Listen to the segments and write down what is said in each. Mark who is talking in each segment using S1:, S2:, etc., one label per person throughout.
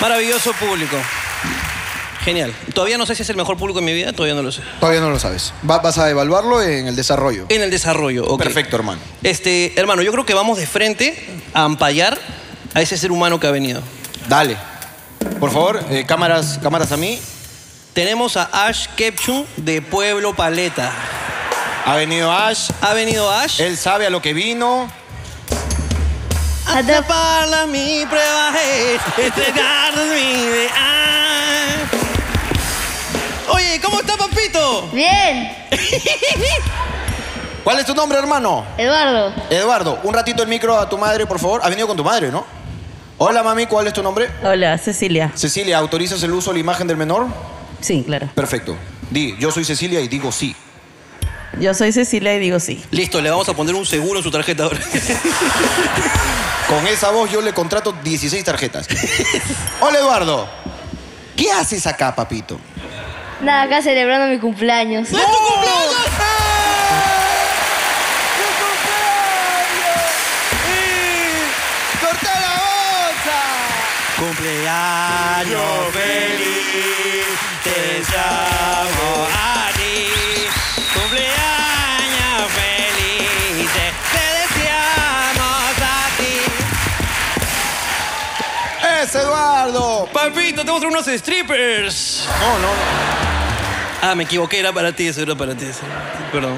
S1: Maravilloso público. Genial. Todavía no sé si es el mejor público en mi vida, todavía no lo sé.
S2: Todavía no lo sabes. Va- vas a evaluarlo en el desarrollo.
S1: En el desarrollo, ok.
S3: Eh, Perfecto, hermano.
S1: Este, hermano, yo creo que vamos de frente a ampallar a ese ser humano que ha venido.
S3: Dale. Por favor, eh, cámaras, cámaras a mí.
S1: Tenemos a Ash Kepchum de Pueblo Paleta.
S3: Ha venido Ash.
S1: Ha venido Ash.
S3: Él sabe a lo que vino.
S1: A taparla mi prueba es entregar mi ideal. Oye, ¿cómo está, papito?
S4: Bien,
S3: ¿Cuál es tu nombre, hermano?
S4: Eduardo.
S3: Eduardo, un ratito el micro a tu madre, por favor. Ha venido con tu madre, ¿no? Hola, mami, ¿cuál es tu nombre?
S5: Hola, Cecilia.
S3: Cecilia, ¿autorizas el uso de la imagen del menor?
S5: Sí, claro.
S3: Perfecto. Di, yo soy Cecilia y digo sí.
S5: Yo soy Cecilia y digo sí.
S1: Listo, le vamos a poner un seguro en su tarjeta ahora.
S3: Con esa voz yo le contrato 16 tarjetas. Hola, Eduardo. ¿Qué haces acá, papito?
S4: Nada, acá celebrando mi cumpleaños.
S1: ¡Es tu cumpleaños!
S3: ¡Corté la
S1: Cumpleaños feliz, te llamo a ti. Cumpleaños feliz, te deseamos a ti.
S3: bolsa! ¡Es Eduardo!
S1: Papito, te mostro unos strippers.
S3: No, no.
S1: Ah, me equivoqué, era para ti, eso era para ti. eso. Perdón.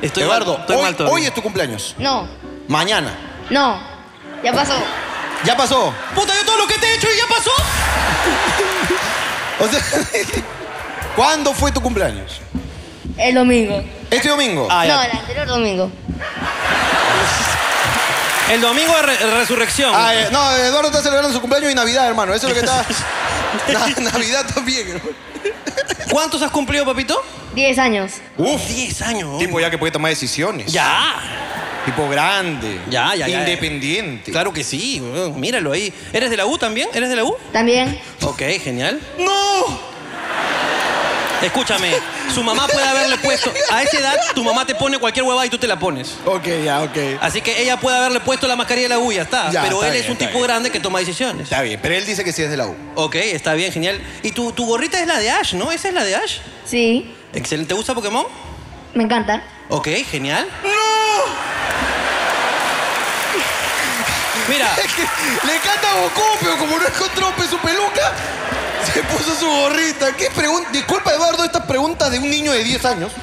S1: Estoy mal,
S3: Eduardo,
S1: estoy
S3: hoy-
S1: mal todavía.
S3: hoy es tu cumpleaños.
S4: No,
S3: Mañana.
S4: no, ya pasó.
S3: Ya pasó.
S1: Puta, yo todo lo que te he hecho y ya pasó.
S3: O sea, ¿cuándo fue tu cumpleaños?
S4: El domingo.
S3: Este domingo.
S1: Ah,
S4: No,
S1: ya.
S4: el anterior domingo.
S1: El domingo de re- resurrección.
S3: Ah, eh, no, Eduardo está celebrando su cumpleaños y Navidad, hermano. Eso es lo que está. Na- Navidad también, hermano.
S1: ¿Cuántos has cumplido, papito?
S4: Diez años.
S3: Uf.
S1: 10 años.
S3: Tipo ya que puede tomar decisiones.
S1: Ya.
S3: Tipo grande.
S1: Ya, ya, ya.
S3: Independiente.
S1: Claro que sí, weón, míralo ahí. ¿Eres de la U también? ¿Eres de la U?
S4: También.
S1: Ok, genial.
S3: ¡No!
S1: Escúchame, su mamá puede haberle puesto. A esa edad, tu mamá te pone cualquier huevada y tú te la pones.
S3: Ok, ya, ok.
S1: Así que ella puede haberle puesto la mascarilla de la U, ya está.
S3: Ya,
S1: Pero
S3: está
S1: él
S3: bien,
S1: es un
S3: está
S1: tipo
S3: bien.
S1: grande que toma decisiones.
S3: Está bien, pero él dice que sí es de la U.
S1: Ok, está bien, genial. Y tu, tu gorrita es la de Ash, ¿no? Esa es la de Ash.
S4: Sí,
S1: Excelente. ¿Te gusta Pokémon?
S4: me encanta.
S1: Ok, genial. ¡No! Mira,
S3: Le canta a Goku, pero como no encontró pe, su peluca, se puso su gorrita. ¿Qué pregunta? Disculpa, Eduardo, estas preguntas de un niño de 10 años.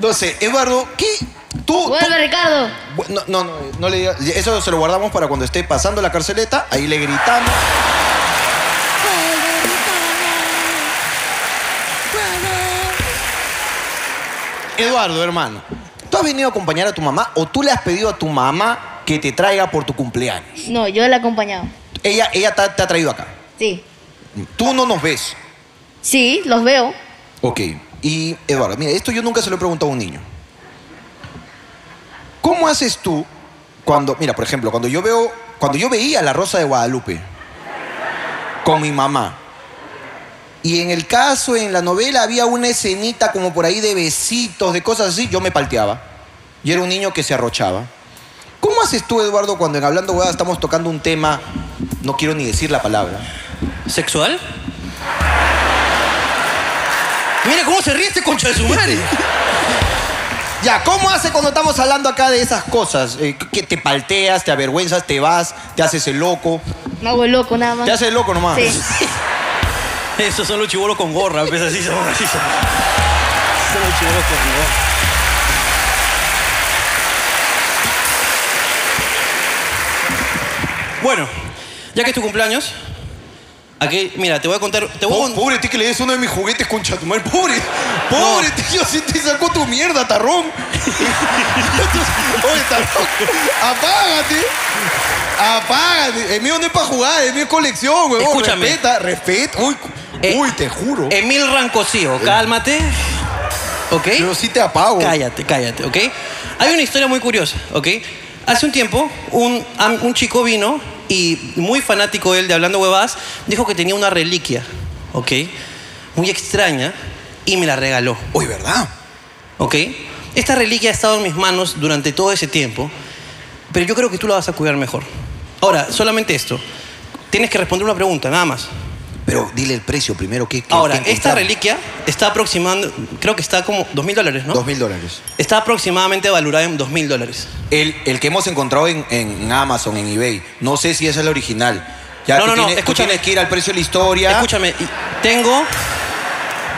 S3: No sé, Eduardo, ¿qué? Tú. tú-
S4: Vuelve Ricardo.
S3: Bu- No, no, no, no le digas. Eso se lo guardamos para cuando esté pasando la carceleta. Ahí le gritamos. Eduardo, hermano, ¿tú has venido a acompañar a tu mamá o tú le has pedido a tu mamá que te traiga por tu cumpleaños?
S4: No, yo la he acompañado.
S3: Ella, ella te, ha- te ha traído acá.
S4: Sí.
S3: Tú no nos ves.
S4: Sí, los veo.
S3: Ok. Y, Eduardo, mira, esto yo nunca se lo he preguntado a un niño. ¿Cómo haces tú cuando, mira, por ejemplo, cuando yo veo, cuando yo veía La Rosa de Guadalupe con mi mamá, y en el caso, en la novela, había una escenita como por ahí de besitos, de cosas así, yo me palteaba. Y era un niño que se arrochaba. ¿Cómo haces tú, Eduardo, cuando en Hablando Huevadas estamos tocando un tema, no quiero ni decir la palabra?
S1: ¿sexual? Mira cómo se ríe este concha de su madre.
S3: Ya, ¿cómo hace cuando estamos hablando acá de esas cosas? Eh, que te palteas, te avergüenzas, te vas, te haces el loco.
S4: Me hago el loco nada más.
S3: Te haces el loco nomás.
S4: Sí.
S1: Esos son los chibolos con gorra, pues así son, así son. Son los chibolos con gorra. Bueno, ya que es tu cumpleaños, aquí, mira, te voy a contar. Te voy a
S3: Po-
S1: con-
S3: Oh, pobre tío que le des uno de mis juguetes con chatumar. Pobre, pobre tío, si te sacó tu mierda, tarrón. Oye, tarrón, apágate. Apágate. El mío no es para jugar, el mío es colección, huevón.
S1: Escúchame.
S3: Respeta, respeta. Uy,
S1: Eh,
S3: uy, te juro.
S1: Emil Rancosío, cálmate. ¿Ok?
S3: Yo sí te apago.
S6: Oh.
S1: Cállate, cállate, ¿ok? Hay una historia muy curiosa, ¿ok? Hace un tiempo, un, am- un chico vino y muy fanático él de Hablando Huevadas, dijo que tenía una reliquia, ¿ok? Muy extraña y me la regaló,
S3: Uy, ¿verdad?
S1: ¿ok? Esta reliquia ha estado en mis manos durante todo ese tiempo, pero yo creo que tú la vas a cuidar mejor. Ahora, solamente esto. Tienes que responder una pregunta, nada más.
S3: Pero dile el precio primero. ¿qué, qué-
S1: Ahora,
S3: qué
S1: esta
S3: encontraron?
S1: reliquia está aproximando, creo que está como dos mil dólares, ¿no?
S6: Dos mil dólares.
S1: Está aproximadamente valorada en dos mil dólares.
S3: El, el que hemos encontrado en, en Amazon, en eBay. No sé si esa es la original. Ya
S1: No,
S3: tú
S1: no, no,
S3: tienes, tú
S1: escúchame.
S3: tienes que ir al precio de la historia.
S1: Escúchame, y tengo,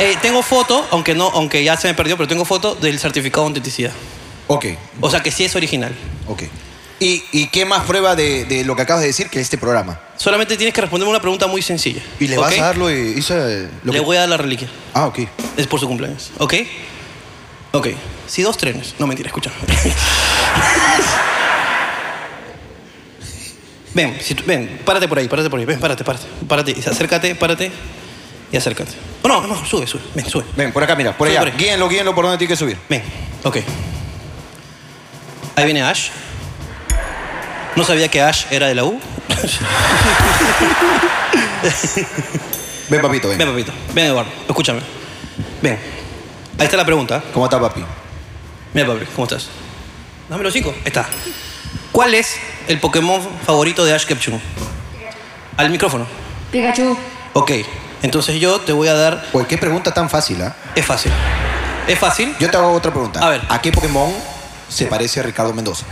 S1: eh, tengo foto, aunque, no, aunque ya se me perdió, pero tengo foto del certificado de autenticidad.
S3: Ok,
S1: O sea que sí es original.
S3: ok. ¿Y, y qué más prueba de, de lo que acabas de decir que este programa?
S1: Solamente tienes que responderme una pregunta muy sencilla.
S6: ¿Y le
S1: ¿ok?
S6: vas a darlo
S3: eh,
S6: y Isa, lo
S1: Le
S6: que-
S1: voy a dar la reliquia.
S6: Ah, ok.
S1: Es por su cumpleaños. ¿Ok? Ok. Si dos trenes. No, mentira, escucha. ven, si tú- ven, párate por ahí, párate por ahí. Ven, párate, párate. Párate, y acércate, párate y acércate. Oh, no, no, sube, sube. Ven, sube.
S3: Ven, por acá, mira, por
S1: Sí,
S3: allá.
S1: por ahí.
S3: Guíenlo, guíenlo por donde tiene que subir.
S1: Ven, ok. Ahí viene Ash. No sabía que Ash era de la U.
S3: Ven, papito, ven.
S1: Ven, papito. Ven, Eduardo. Escúchame. Ven. Ahí está la pregunta.
S3: ¿Cómo está, papi?
S1: Mira, papi, ¿cómo estás? Dame los cinco. Ahí está. ¿Cuál es el Pokémon favorito de Ash Ketchum? Al micrófono.
S4: Pikachu.
S1: Ok. Entonces yo te voy a dar...
S3: Pues qué pregunta tan fácil, ¿ah?
S1: Es fácil. ¿Es fácil?
S3: Yo te hago otra pregunta.
S1: A ver.
S3: ¿A qué Pokémon se parece a Ricardo Mendoza?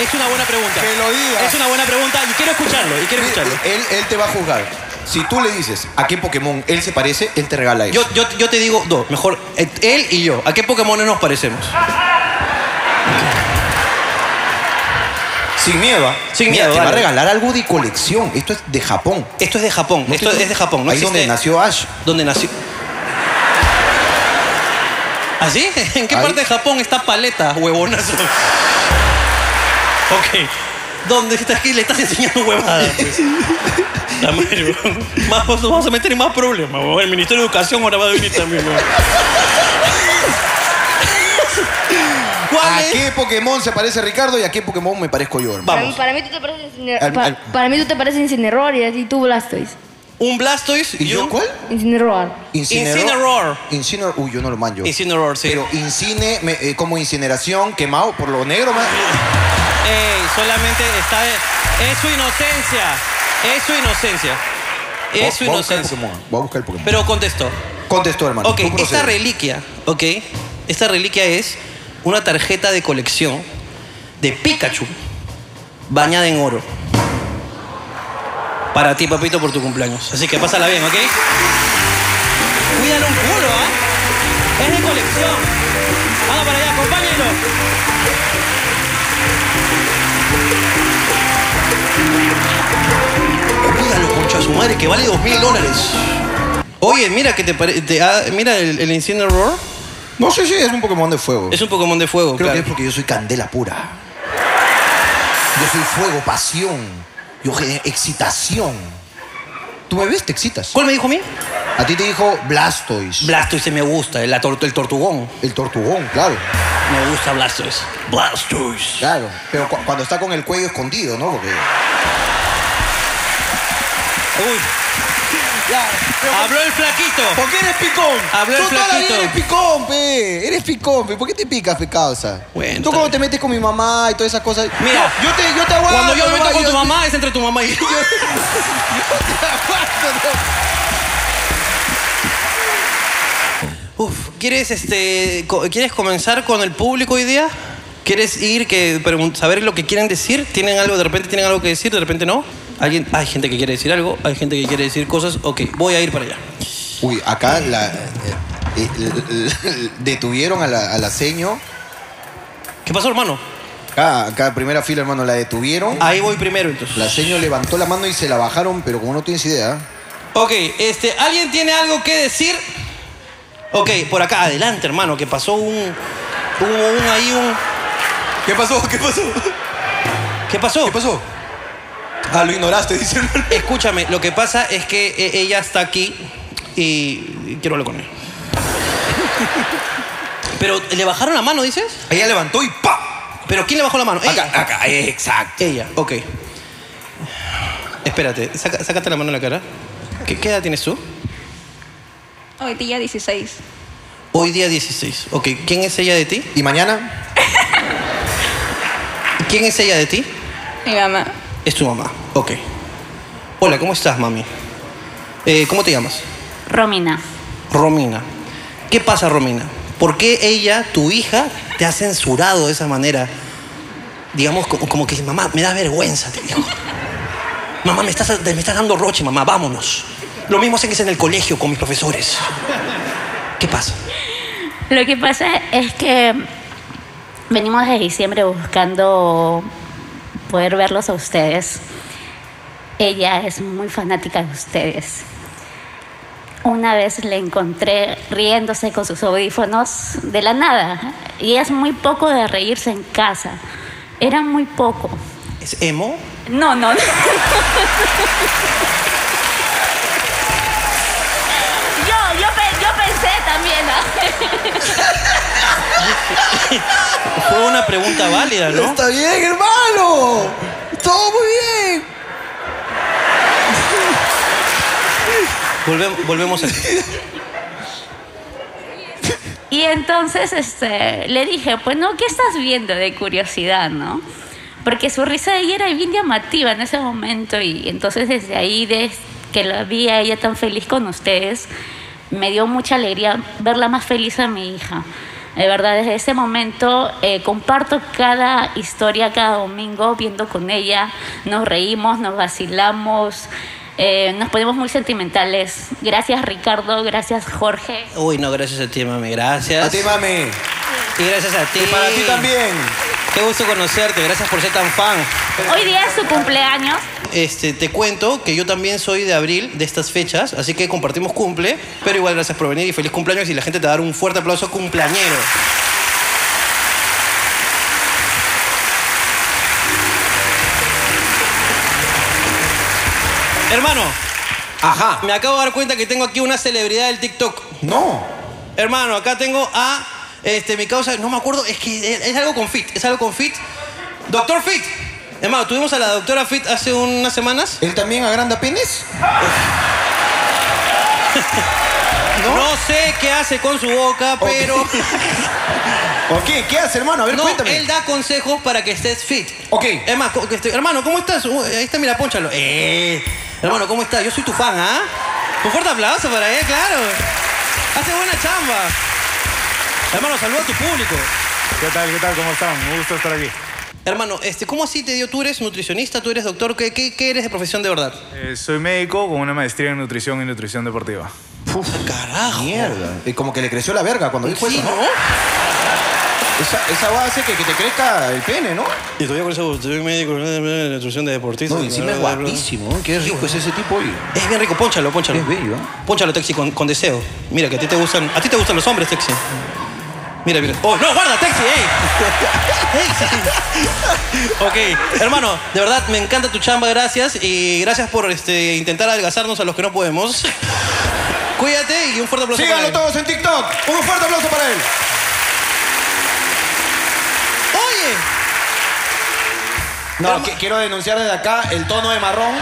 S1: Es una buena pregunta.
S3: Que lo diga.
S1: Es una buena pregunta y quiero escucharlo. Y quiero escucharlo.
S3: Él, él te va a juzgar. Si tú le dices a qué Pokémon él se parece, él te regala eso.
S1: Yo, yo, yo te digo dos. Mejor eh, él y yo. ¿A qué Pokémon nos parecemos?
S3: Sin miedo. ¿ah?
S1: Sin
S3: Mira,
S1: miedo,
S3: Te va a
S1: dale.
S3: regalar algo de colección. Esto es de Japón.
S1: Esto es de Japón.
S3: No
S1: Esto
S3: te-
S1: es de Japón. No
S3: ahí
S1: existe-
S3: donde nació Ash.
S1: donde nació. ¿Ah, sí? ¿En qué
S3: Ahí.
S1: parte de Japón está paleta, huevonazo? ok. ¿Dónde estás aquí? Le estás enseñando
S3: Ah,
S1: huevadas. pues. La madre, huevón. más, nos vamos a meter en más problemas. huevón. El Ministerio de Educación ahora va a venir también. huevón. ¿Cuál
S3: ¿A
S1: es?
S3: qué Pokémon se parece Ricardo y a qué Pokémon me parezco yo, hermano?
S1: Vamos.
S4: Para mí, para mí tú te pareces Inciner-
S3: Al-
S4: pa-
S3: al-
S4: para mí tú te pareces Incineroar y así tú Blastoise.
S1: Un Blastoise
S3: ¿Y yo
S1: un-
S3: cuál?
S4: Incineroar.
S1: Incineroar.
S3: Incineroar. Uy, yo no lo manjo.
S1: Incineroar, sí.
S3: Pero incine, me- eh, como incineración, quemado por lo negro, man.
S1: Ey, solamente está. Es su inocencia. Es su inocencia. Es su
S3: Voy a buscar el
S1: inocencia.
S3: Pokémon, Voy a buscar el Pokémon.
S1: Pero contestó.
S3: Contestó, hermano.
S1: Ok,
S3: Tú procede.
S1: esta reliquia, ok. Esta reliquia es una tarjeta de colección de Pikachu bañada en oro. Para ti, papito, por tu cumpleaños. Así que pásala bien, ¿ok? Cuídalo un culo, ¿ah? Es de colección. Vamos para allá, acompáñenlo. Cuídalo, concha su madre, que vale dos mil dólares. Oye, mira que te parece. mira el, el Incineroar.
S3: No sé si es un Pokémon de fuego.
S1: Es un Pokémon de fuego,
S3: Creo
S1: claro.
S3: que es porque yo soy candela pura. Yo soy fuego, pasión. Yo ge- excitación. Tú me ves, te excitas.
S1: ¿Cuál me dijo a mí?
S3: A ti te dijo Blastoise.
S1: Blastoise me gusta, el, la tor- el tortugón.
S3: el tortugón, claro.
S1: Me gusta Blastoise. Blastoise.
S3: Claro. Pero cu- cuando está con el cuello escondido, ¿no? Porque...
S1: Uy. Habló el flaquito.
S3: ¿Por qué eres picón?
S1: Habló el
S3: Tú toda la vida
S1: flaquito.
S3: eres picón, pe. Eres picón, pe. ¿Por qué te picas, pe, causa?
S1: Bueno,
S3: Tú cuando
S1: está
S3: te metes con mi mamá y todas esas cosas...
S1: Mira.
S3: Yo, yo te, yo te aguanto.
S1: Cuando yo me
S3: mamá,
S1: meto con
S3: yo-
S1: tu mamá, es entre tu mamá y yo.
S3: yo te aguanto, no.
S1: Uf, ¿quieres, este, co- ¿quieres comenzar con el público hoy día? ¿Quieres ir, que pregun- saber lo que quieren decir? ¿Tienen algo, de repente tienen algo que decir, de repente no? ¿Alguien? Hay gente que quiere decir algo, hay gente que quiere decir cosas. Ok, voy a ir para allá.
S3: Uy, acá la, eh, eh, l- l- detuvieron a la, a la seño.
S1: ¿Qué pasó, hermano?
S3: Acá, acá, primera fila, hermano, la detuvieron.
S1: Ahí voy primero, entonces.
S3: La seño levantó la mano y se la bajaron, pero como no tienes idea.
S1: Ok, este, ¿alguien tiene algo que decir? Ok, por acá, adelante, hermano, que pasó un. Hubo un ahí un.
S3: ¿Qué pasó? ¿Qué pasó?
S1: ¿Qué pasó?
S3: pasó? Ah, lo ignoraste, dice hermano.
S1: Escúchame, lo que pasa es que eh, ella está aquí y quiero hablar con él. Pero le bajaron la mano, dices.
S3: Ella levantó y ¡pa!
S1: ¿Pero quién le bajó la mano? Ella.
S3: Acá, acá, eh, exacto.
S1: Ella, ok. Espérate, saca- sácate la mano en la cara. ¿Qué, qué edad tienes tú?
S7: Hoy día 16.
S1: Hoy día 16. Ok, ¿quién es ella de ti?
S3: ¿Y mañana?
S1: ¿Quién es ella de ti?
S8: Mi mamá.
S1: Es tu mamá. Ok. Hola, ¿cómo estás, mami? Eh, ¿Cómo te llamas?
S7: Romina.
S1: Romina. ¿Qué pasa, Romina? ¿Por qué ella, tu hija, te ha censurado de esa manera? Digamos, como, como que mamá, me da vergüenza, te dijo. Mamá, me estás, me estás dando roche, mamá, vámonos. Lo mismo hacen que es en el colegio con mis profesores. ¿Qué pasa?
S7: Lo que pasa es que venimos desde diciembre buscando poder verlos a ustedes. Ella es muy fanática de ustedes. Una vez le encontré riéndose con sus audífonos de la nada. Y ella es muy poco de reírse en casa. Era muy poco.
S1: ¿Es emo?
S7: No, no, no. Yo, yo, pe- yo pensé también. ¿ah?
S1: Fue una pregunta válida, ¿no?
S3: ¡Está bien, hermano! ¡Todo muy bien!
S1: Volvemos, volvemos a...
S7: Y entonces este, le dije, pues no, ¿qué estás viendo de curiosidad, no? Porque su risa de ella era bien llamativa en ese momento y entonces desde ahí, desde que la vi a ella tan feliz con ustedes, me dio mucha alegría verla más feliz a mi hija. De verdad, desde ese momento eh, comparto cada historia cada domingo viendo con ella, nos reímos, nos vacilamos, eh, nos ponemos muy sentimentales. Gracias Ricardo, gracias Jorge.
S1: Uy, no, gracias a ti, mami, gracias.
S3: A ti, mami.
S1: Y gracias a ti.
S3: Y para ti también.
S1: Qué gusto conocerte, gracias por ser tan fan.
S7: Hoy día es su cumpleaños.
S1: Este, te cuento que yo también soy de abril, de estas fechas, así que compartimos cumple, pero igual gracias por venir y feliz cumpleaños y la gente te va a dar un fuerte aplauso cumpleañero. Hermano,
S3: Ajá.
S1: me acabo de dar cuenta que tengo aquí una celebridad del TikTok.
S3: No.
S1: Hermano, acá tengo a este, mi causa, no me acuerdo, es que es, es algo con Fit, es algo con Fit. Doctor Fit. Hermano, tuvimos a la doctora Fit hace unas semanas.
S3: ¿Él también agranda penes?
S1: No, sé qué hace con su boca,
S3: Ok.
S1: pero
S3: ¿O qué? ¿Qué hace, hermano? A ver,
S1: no,
S3: cuéntame.
S1: él da consejos para que estés fit.
S3: Ok.
S1: Es más, co- que estoy- hermano, ¿cómo estás? Uh, ahí está, mira, ponchalo. Eh, hermano, ¿cómo estás? Yo soy tu fan, ¿ah? Un fuerte aplauso para él, claro. Hace buena chamba. Hermano, saluda a tu público.
S9: ¿Qué tal? ¿Qué tal? ¿Cómo están? Un gusto estar aquí.
S1: Hermano, este, ¿cómo así te dio? ¿Tú eres nutricionista? ¿Tú eres doctor? ¿Qué, qué, qué eres de profesión de verdad?
S9: Eh, soy médico con una maestría en nutrición y nutrición deportiva.
S1: Ah, Carajo.
S3: Mierda. Y como que le creció la verga cuando dijo
S1: Sí,
S3: eso, ¿no?
S1: ¿no?
S3: Esa, esa hueá hace que, que te crezca el pene, ¿no?
S1: Y todavía por eso soy médico
S3: Eh,
S1: de nutrición de deportistas.
S3: No, y encima es guapísimo. ¿eh? Qué rico es ese tipo, oye.
S1: Es bien rico, pónchalo, pónchalo.
S3: Es bello, ¿eh?
S1: Pónchalo, Texi, con, con deseo. Mira, que a ti te gustan, a ti te gustan los hombres, Texi. Mira, mira. ¡Oh, no, guarda, Texi, ey! Texi. ok, hermano, de verdad, me encanta tu chamba, gracias. Y gracias por este, intentar adelgazarnos a los que no podemos. Cuídate y un fuerte aplauso para
S3: Síganlo
S1: él.
S3: todos en TikTok. Un fuerte aplauso para él.
S1: ¡Oye!
S3: No, que- quiero denunciar desde acá el tono de marrón. No.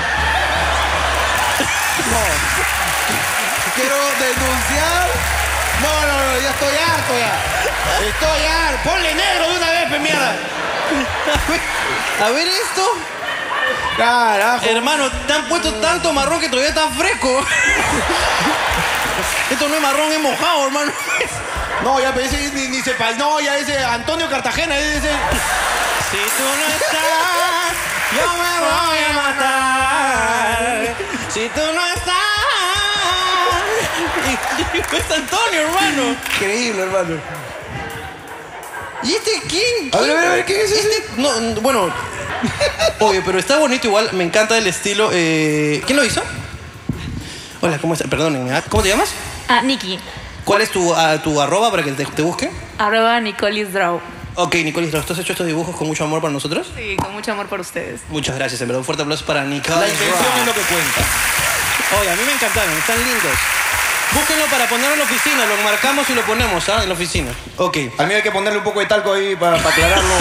S3: Quiero denunciar. No, no, no, ya estoy harto ya. Estoy harto. Ponle negro de una vez, pe mierda.
S1: A ver esto.
S3: Carajo.
S1: Hermano, te han puesto tanto marrón que todavía está fresco. Esto no es marrón, es mojado, hermano.
S3: No, ya pero ese ni, ni se pa- No, ya ese Antonio Cartagena, ese.
S1: Si tú no estás, yo me voy a matar. Si tú no estás. Es Antonio, hermano.
S3: Increíble, hermano.
S1: ¿Y este quién?
S3: A ver, a ver, a ver, ¿quién es ese?
S1: Este, no, n- bueno. Oye, pero está bonito igual, me encanta el estilo. eh, ¿Quién lo hizo? Hola, ¿cómo estás? Perdónenme, ¿ah? ¿cómo te llamas?
S8: Ah, Nikki.
S1: ¿Cuál es tu, ah, tu arroba para que te, te busque?
S8: Arroba Nicolis Draw.
S1: Ok, Nicolis, ¿tú has hecho estos dibujos con mucho amor para nosotros?
S8: Sí, con mucho amor por ustedes.
S1: Muchas gracias, en verdad. Un fuerte aplauso para Nicolis.
S3: La intención es lo que cuenta.
S1: Oye, a mí me encantaron, están lindos. Búsquenlo para ponerlo en la oficina, lo marcamos y lo ponemos, ¿ah? En la oficina. Ok.
S3: A mí hay que ponerle un poco de talco ahí para, para aclararlo.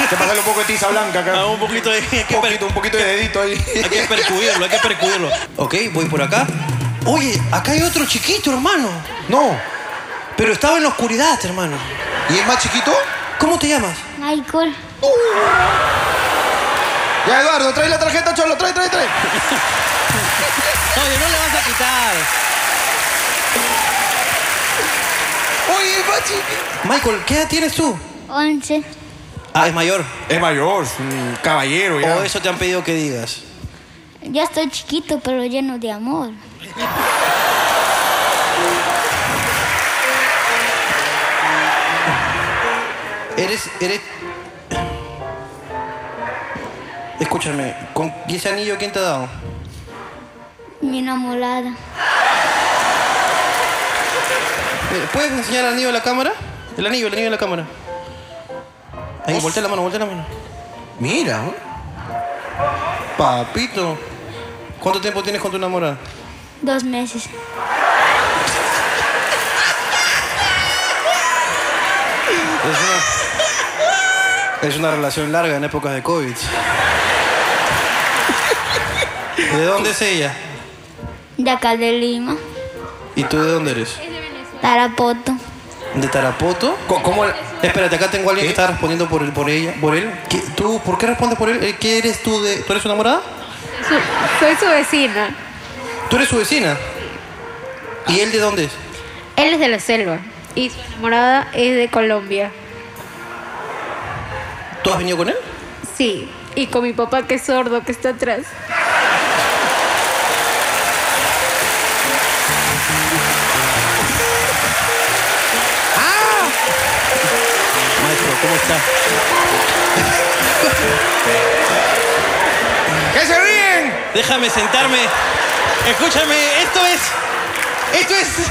S3: Hay que pasarle un poco de tiza blanca acá.
S1: Ah, un poquito de... Hay que, per-
S3: Un poquito, un poquito de dedito ahí.
S1: hay que percudirlo, hay que percudirlo. Ok, voy por acá. Oye, acá hay otro chiquito, hermano.
S3: No.
S1: Pero estaba en la oscuridad, hermano.
S10: ¿Y es más chiquito?
S1: ¿Cómo te llamas?
S11: Michael.
S10: Ya, Eduardo, trae la tarjeta, cholo, trae, trae, trae.
S1: Oye, no le vas a quitar.
S10: Oye, es más chiquito.
S1: Michael, ¿qué edad tienes tú?
S11: 11.
S1: Ah, es mayor.
S10: Es mayor, es un caballero
S1: O eso te han pedido que digas.
S11: Ya estoy chiquito, pero lleno de amor.
S1: Eres, eres... Escúchame, ¿con y ese anillo quién te ha dado?
S11: Mi enamorada.
S1: Eh, ¿Puedes enseñar el anillo de la cámara? El anillo, el anillo de la cámara. Ahí, voltea la mano, voltea la mano.
S10: Mira, ¿no?
S1: Papito, ¿cuánto tiempo tienes con tu enamorada?
S11: Dos meses.
S1: Es una, es una relación larga en épocas de COVID. ¿De dónde es ella?
S11: De acá de Lima.
S1: ¿Y tú de dónde eres?
S11: Tarapoto.
S1: ¿De Tarapoto?
S10: Co- ¿Cómo? la-
S1: Espérate, acá tengo a alguien
S10: ¿Qué?
S1: que está respondiendo por él, por ella, por él. ¿Qué- ¿Tú por qué respondes por él? Eh, ¿Qué eres tú de? ¿Tú eres su enamorada?
S12: Su- soy su vecina.
S1: ¿Tú eres su vecina? ¿Y él de dónde es?
S4: Él es de la selva y su enamorada es de Colombia.
S1: ¿Tú has venido con él?
S4: Sí, y con mi papá que es sordo, que está atrás.
S1: Maestro, ¿cómo está?
S10: ¡Que se ríen!
S1: Déjame sentarme. Escúchame, esto es. Esto es. Es,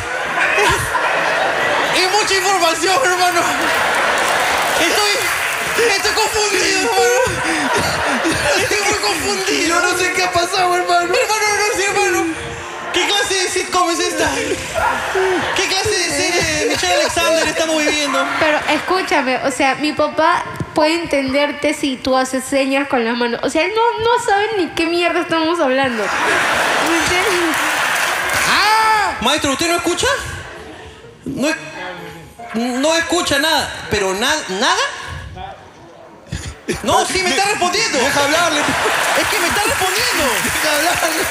S1: es mucha información, hermano. Estoy. Estoy confundido, hermano. Estoy muy confundido. Yo no sé qué ha pasado, hermano. Hermano, no sé, hermano. ¿Qué clase de sitcom es esta? ¿Qué clase de serie de Michelle Alexander estamos viviendo?
S4: Pero escúchame, o sea, mi papá puede entenderte si tú haces señas con las manos. O sea, él no, no sabe ni qué mierda estamos hablando. ¿Me entiendes?
S10: ¡Ah!
S1: Maestro, ¿usted no escucha? No, es- no escucha nada, pero nada, nada. No, sí me está respondiendo.
S10: Deja hablarle.
S1: Es que me está respondiendo.
S10: Deja hablarle.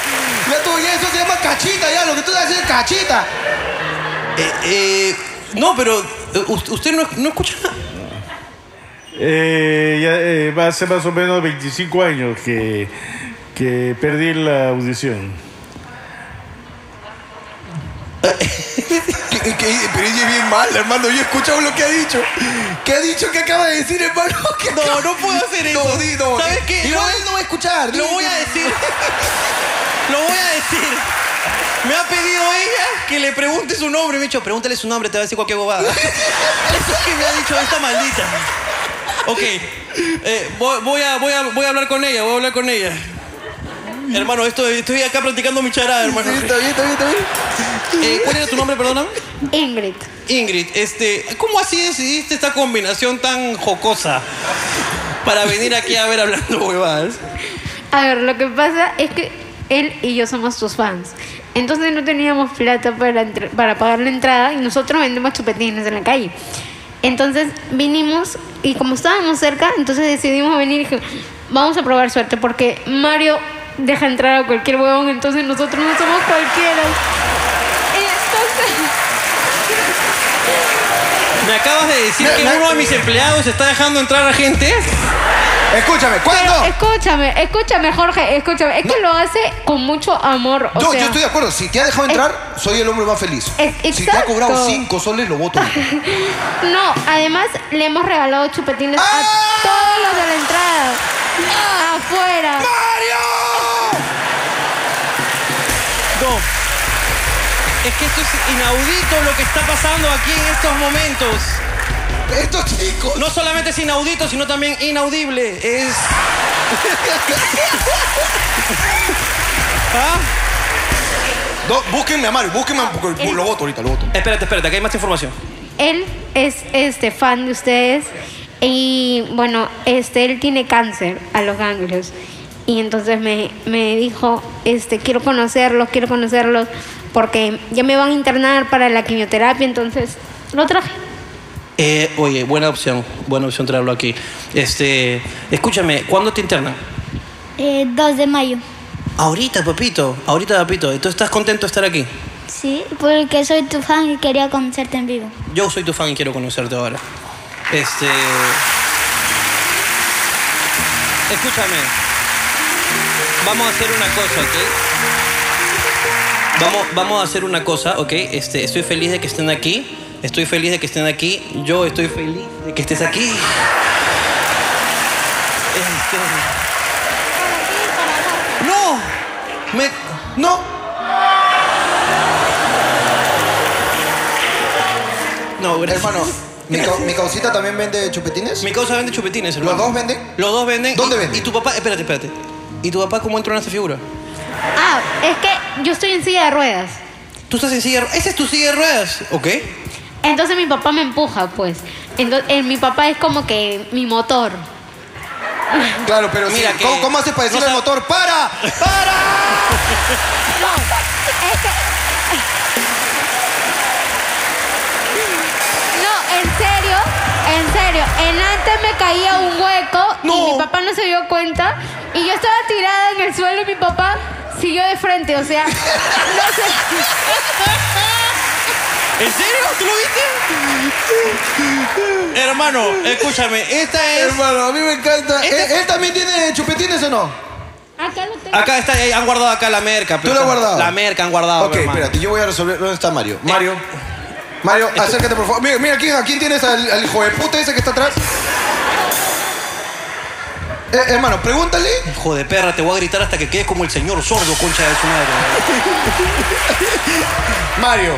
S10: Ya tú, ya eso se llama cachita, ya. Lo que tú estás haciendo es cachita.
S1: Eh, eh, no, pero eh, us- usted no, no escucha nada.
S13: Eh, ya, eh, va a ser más o menos 25 años que, que perdí la audición.
S10: ¿Qué- qué- pero ella es bien mal, hermano. Yo he escuchado lo que ha dicho. ¿Qué ha dicho? ¿Qué acaba de decir, hermano? ¿Qué
S1: No,
S10: acaba-
S1: no puedo hacer eso.
S10: No, di, no.
S1: ¿Sabes qué?
S10: Y
S1: Lo-
S10: no, él no va a escuchar.
S1: Lo
S10: Di,
S1: voy
S10: di.
S1: a decir. Lo voy a decir. Me ha pedido ella que le pregunte su nombre. Me ha dicho, pregúntale su nombre, te va a decir cualquier bobada. Eso es que me ha dicho esta maldita. Ok. eh, voy, voy a, voy, a, voy a hablar con ella, voy a hablar con ella. Hermano, esto, estoy acá practicando mi charada, hermano.
S10: Sí, está bien, está bien, está bien.
S1: Eh, ¿Cuál era tu nombre, perdóname?
S4: Ingrid,
S1: Ingrid, este, ¿cómo así decidiste esta combinación tan jocosa para venir aquí a ver hablando huevadas?
S4: a ver, lo que pasa es que él y yo somos tus fans. Entonces no teníamos plata para, entr- para pagar la entrada y nosotros vendemos chupetines en la calle. Entonces vinimos y como estábamos cerca, entonces decidimos venir y dije, vamos a probar suerte porque Mario deja entrar a cualquier huevón, entonces nosotros no somos cualquiera. Y entonces...
S1: ¿Me acabas de decir
S10: Me-
S1: que
S10: me-
S1: uno de mis empleados está dejando entrar a gente?
S10: Escúchame, ¿cuándo?
S4: Pero escúchame, escúchame, Jorge, escúchame. Es que lo hace con mucho amor. O
S10: Yo,
S4: sea,
S10: yo estoy de acuerdo. Si te ha dejado entrar, soy el hombre más feliz.
S4: Es-
S10: Si te ha cobrado
S4: exacto.
S10: 5 soles, lo voto.
S4: No, además le hemos regalado chupetines
S10: ¡Ah!
S4: a todos los de la entrada. Afuera.
S10: ¡Mario!
S1: No. Es que esto es inaudito lo que está pasando aquí en estos momentos.
S10: Estos chicos.
S1: No solamente es inaudito, sino también inaudible. Es. ¿Ah?
S10: No, búsquenme a Mario, búsquenme a- porque lo voto ahorita, lo voto.
S1: Espérate, espérate, acá hay más información.
S4: Él es este fan de ustedes y bueno, este él tiene cáncer a los ganglios. Y entonces me, me dijo, este, quiero conocerlos, quiero conocerlos, porque ya me van a internar para la quimioterapia, entonces Lo traje.
S1: Eh, oye, buena opción, buena opción traerlo aquí. Este, escúchame, ¿cuándo te internan?
S10: Eh, 2 de mayo.
S1: Ahorita, papito, ahorita, papito. ¿Tú estás contento de estar aquí?
S10: Sí, porque soy tu fan y quería conocerte en vivo.
S1: Yo soy tu fan y quiero conocerte ahora. Este. Escúchame. Vamos a hacer una cosa, ¿ok? Vamos, vamos a hacer una cosa, ¿ok? Este, estoy feliz de que estén aquí. Estoy feliz de que estén aquí. Yo estoy feliz de que estés aquí. Este- ¡No! Me... ¡No! No, gracias.
S3: Hermano, mi, cau- mi causita también vende chupetines.
S1: Mi causa vende chupetines, hermano.
S3: ¿Los dos venden?
S1: Los dos venden.
S3: ¿Dónde
S1: y,
S3: venden?
S1: Y tu papá, espérate, espérate. ¿Y tu papá cómo entró en esta figura?
S4: Ah, es que yo estoy en silla de ruedas.
S1: Tú estás en silla de ruedas. Esa es tu silla de ruedas. ¿Ok?
S4: Entonces mi papá me empuja, pues. Entonces, eh, mi papá es como que mi motor.
S3: Claro, pero
S1: Mira
S3: mira,
S1: que-
S3: ¿cómo, cómo haces para decirle
S1: no
S3: al
S1: sab-
S3: motor? ¡Para! ¡Para!
S4: No, en serio, en serio. En antes me caía un hueco y mi papá no se dio cuenta. Y yo estaba tirada en el suelo y mi papá siguió de frente. O sea, no sé.
S1: ¿En serio? ¿Tú lo viste? Hermano, escúchame. Esta es.
S3: Hermano, a mí me encanta. ¿E-,
S1: Este-
S3: ¿Él, él también tiene chupetines o no?
S4: Acá lo tengo.
S1: Acá está, eh, han guardado acá la merca.
S3: ¿Tú lo has guardado?
S1: La merca han guardado.
S3: ok,
S1: mi Ah, hermano.
S3: espérate, yo voy a resolver. ¿Dónde está Mario? Mario. Mario,
S1: Ah,
S3: acércate por favor. Mira, mira ¿quién, ¿a quién tienes al, al hijo de puta ese que está atrás? Eh, hermano, pregúntale.
S1: Hijo de perra, te voy a gritar hasta que quedes como el señor sordo, concha de su madre.
S3: Mario,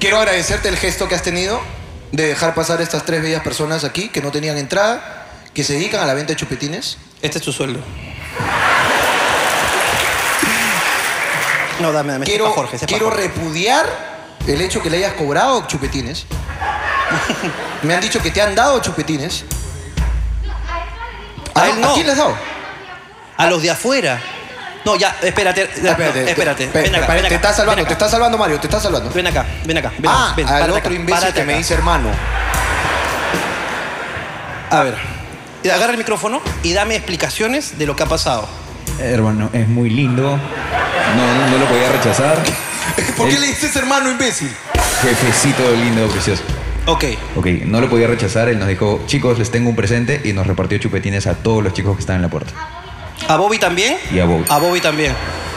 S3: quiero agradecerte el gesto que has tenido de dejar pasar estas tres bellas personas aquí que no tenían entrada, que se dedican a la venta de chupetines.
S1: Este es tu sueldo. No, dame, dame. este es
S3: Quiero,
S1: pa' Jorge, este es pa'
S3: quiero
S1: Jorge.
S3: repudiar el hecho que le hayas cobrado chupetines. Me han dicho que te han dado chupetines. Ah,
S1: A
S3: ¿A,
S1: él no.
S3: ¿A quién le has dado?
S1: A los de afuera. No, ya, espérate. no,
S3: Espérate, te-
S1: espérate.
S3: pe-
S1: Ven acá,
S3: pa-
S1: ven acá,
S3: te está salvando,
S1: ven
S3: te
S1: acá.
S3: está salvando Mario, te está salvando.
S1: Ven acá, ven acá. Ven,
S3: ah,
S1: ven,
S3: al
S1: párate
S3: otro
S1: acá,
S3: imbécil
S1: párate
S3: que me
S1: acá.
S3: dice hermano.
S1: A ver, agarra el micrófono y dame explicaciones de lo que ha pasado.
S14: Hermano, es muy lindo. No, no, no lo podía rechazar.
S3: ¿Por qué
S14: El
S3: le dices hermano, imbécil?
S14: Jefecito lindo, precioso.
S1: Ok.
S14: Ok, no lo podía rechazar. Él nos dijo, chicos, les tengo un presente y nos repartió chupetines a todos los chicos que estaban en la puerta.
S1: ¿A Bobby también?
S14: Y a Bobby.
S1: A Bobby también.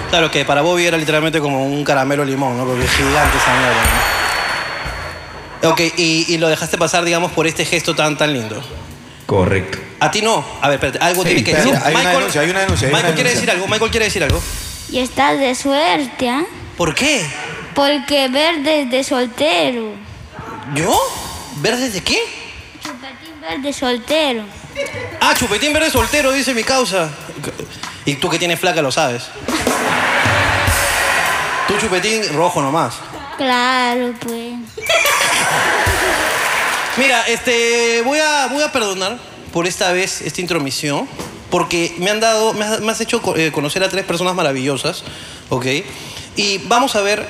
S1: Claro que para Bobby era literalmente como un caramelo limón, ¿no? Porque es gigante esa mierda, ¿no? Ok, y, y lo dejaste pasar, digamos, por este gesto tan, tan lindo.
S14: Correcto.
S1: A ti no. A ver, espérate, algo
S14: Sí,
S1: tiene que
S14: espera,
S1: decir.
S3: hay una denuncia, hay una denuncia, hay
S1: Michael
S3: una
S1: quiere
S3: denuncia.
S1: decir algo, Michael quiere decir algo.
S10: Y estás de suerte, ¿ah?
S1: ¿Por qué?
S10: Porque verde es de soltero.
S1: ¿Yo? ¿Ver desde qué?
S10: Chupetín verde soltero.
S1: Ah, chupetín verde soltero, dice mi causa. Y tú que tienes flaca lo sabes. Tú chupetín rojo nomás.
S10: Claro, pues.
S1: Mira, este, voy a, voy a perdonar por esta vez esta intromisión, porque me han dado, me has, me has hecho co- eh, conocer a tres personas maravillosas, ¿ok? Y vamos a ver,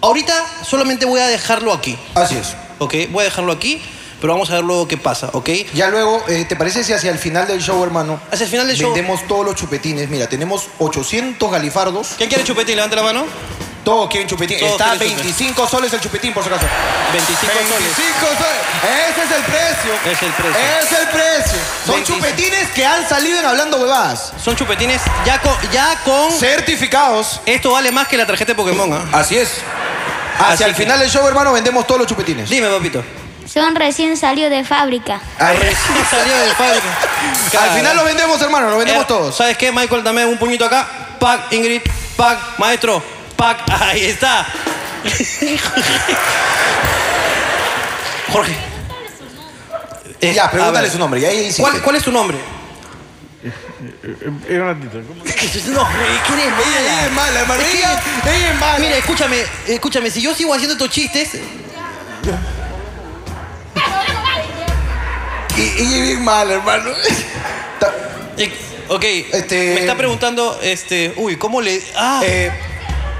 S1: ahorita solamente voy a dejarlo aquí,
S3: Así es.
S1: ¿ok? Voy a dejarlo aquí, pero vamos a ver luego qué pasa, ¿ok?
S3: Ya luego, eh, ¿te parece si hacia el final del show, hermano?
S1: Hacia el final del show.
S3: Vendemos todos los chupetines. Mira, tenemos 800 galifardos.
S1: ¿Quién quiere chupetín? Levante la mano.
S3: Todos quieren chupetín.
S1: Todos
S3: Está
S1: quieren
S3: 25 soles el chupetín, por si acaso.
S1: 25 soles.
S3: 25 soles. Ese es el precio.
S1: Es el precio.
S3: Es el precio. Son
S1: 25.
S3: chupetines que han salido en hablando huevadas.
S1: Son chupetines ya con, ya con...
S3: Certificados.
S1: Esto vale más que la tarjeta de Pokémon, ¿ah?
S3: Así es. Hacia
S1: Así
S3: el
S1: que-
S3: final del show, hermano, vendemos todos los chupetines.
S1: Dime, papito.
S10: Son recién salido de fábrica.
S3: Ay,
S1: Recién salió de fábrica.
S3: Ah. al final
S1: lo
S3: los vendemos, hermano, los vendemos
S1: Eh,
S3: todos.
S1: ¿Sabes qué, Michael? Dame un puñito acá. Pac, Ingrid. Pac, maestro. Pac, ahí está. Jorge. Eh,
S3: Ya,
S1: a
S3: pregúntale
S1: ver.
S3: su nombre. Ya ahí hiciste.
S1: ¿Cuál, cuál es tu nombre?
S9: Eh, un ratito, ¿cómo?
S1: No, eh, ¿quién es
S3: Ella
S1: mala?
S3: es mala, hermano.
S1: Es que-
S3: Ella ella es mala.
S1: Mira, escúchame, escúchame, si yo sigo haciendo estos chistes,
S3: Y, y bien mal, hermano. Ta-
S1: eh, ok,
S3: Este-
S1: me está preguntando, este, uy, ¿cómo le...? Ah,
S3: eh,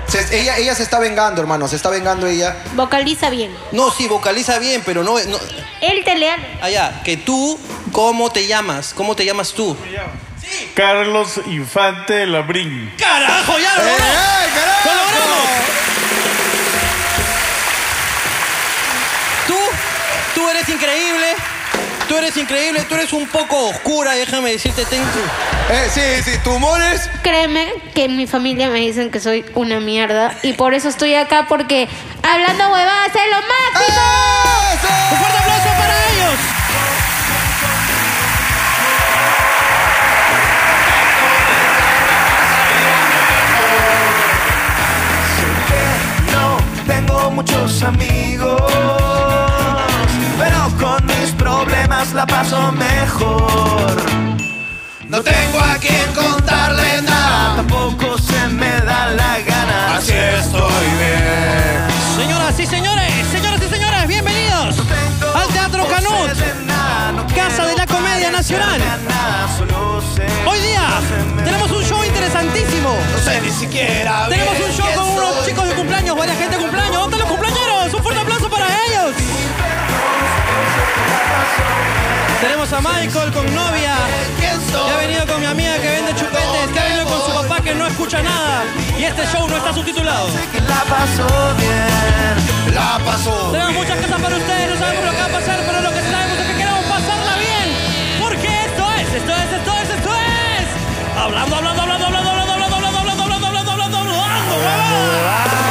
S10: Se- ella, ella se está vengando, hermano. Se está vengando ella.
S4: Vocaliza bien.
S1: No, sí, vocaliza bien, pero no. no
S4: Él te lea.
S1: allá, que tú, ¿cómo te llamas? ¿Cómo te llamas tú?
S13: Carlos Infante Labrín.
S1: ¡Carajo, ya lo
S3: Eh,
S1: logró! ¡Lo logramos! Tú, tú eres increíble. Tú eres increíble, tú eres un poco oscura, déjame decirte, tengo...
S3: Eh, sí, sí, tu humor es...
S4: Créeme que en mi familia me dicen que soy una mierda y por eso estoy acá porque hablando huevadas es lo máximo.
S1: Un fuerte aplauso para ellos.
S15: No tengo muchos amigos, pero con mis problemas la paso mejor. No tengo a quien contarle nada, tampoco se me da la gana. Así estoy bien.
S1: Señoras y señores, señoras y señores, bienvenidos al Teatro Canut, Casa de la Comedia Nacional. Oh. Hoy día tenemos un show interesantísimo.
S15: No sé ni siquiera
S1: Tenemos
S15: bien
S1: un show
S15: quién
S1: con unos chicos de cumpleaños, varias gente de cumpleaños. ¿Dónde están los cumpleañeros? Un fuerte aplauso para ellos. Tenemos a Michael con novia. Que ha venido con mi amiga que vende chupetes. Que ha venido con su papá que no escucha nada. Y este show no está subtitulado.
S15: La pasó bien, la pasó
S1: Tenemos muchas cosas para ustedes, no sabemos lo que va a pasar, pero lo que sabemos es que queremos pasarla bien. Porque esto es, esto es, esto es, esto es. Hablando, hablando, hablando, hablando, hablando, hablando, hablando, hablando, hablando, hablando, hablando, hablando, hablando,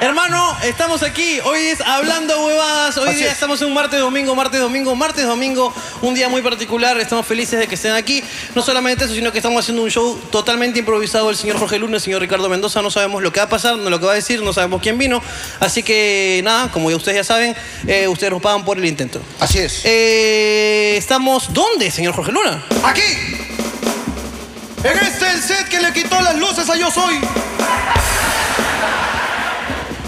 S1: Hermano, estamos aquí. Hoy es hablando huevadas. Hoy
S3: Así
S1: día
S3: es.
S1: estamos en un martes, domingo, martes, domingo, martes, domingo. Un día muy particular. Estamos felices de que estén aquí. No solamente eso, sino que estamos haciendo un show totalmente improvisado. El señor Jorge Luna, el señor Ricardo Mendoza. No sabemos lo que va a pasar, no lo que va a decir, no sabemos quién vino. Así que nada, como ya ustedes ya saben, eh, ustedes nos pagan por el intento.
S3: Así es.
S1: Eh, estamos ¿dónde, señor Jorge Luna?
S3: Aquí. En este el set que le quitó las luces a Yo Soy.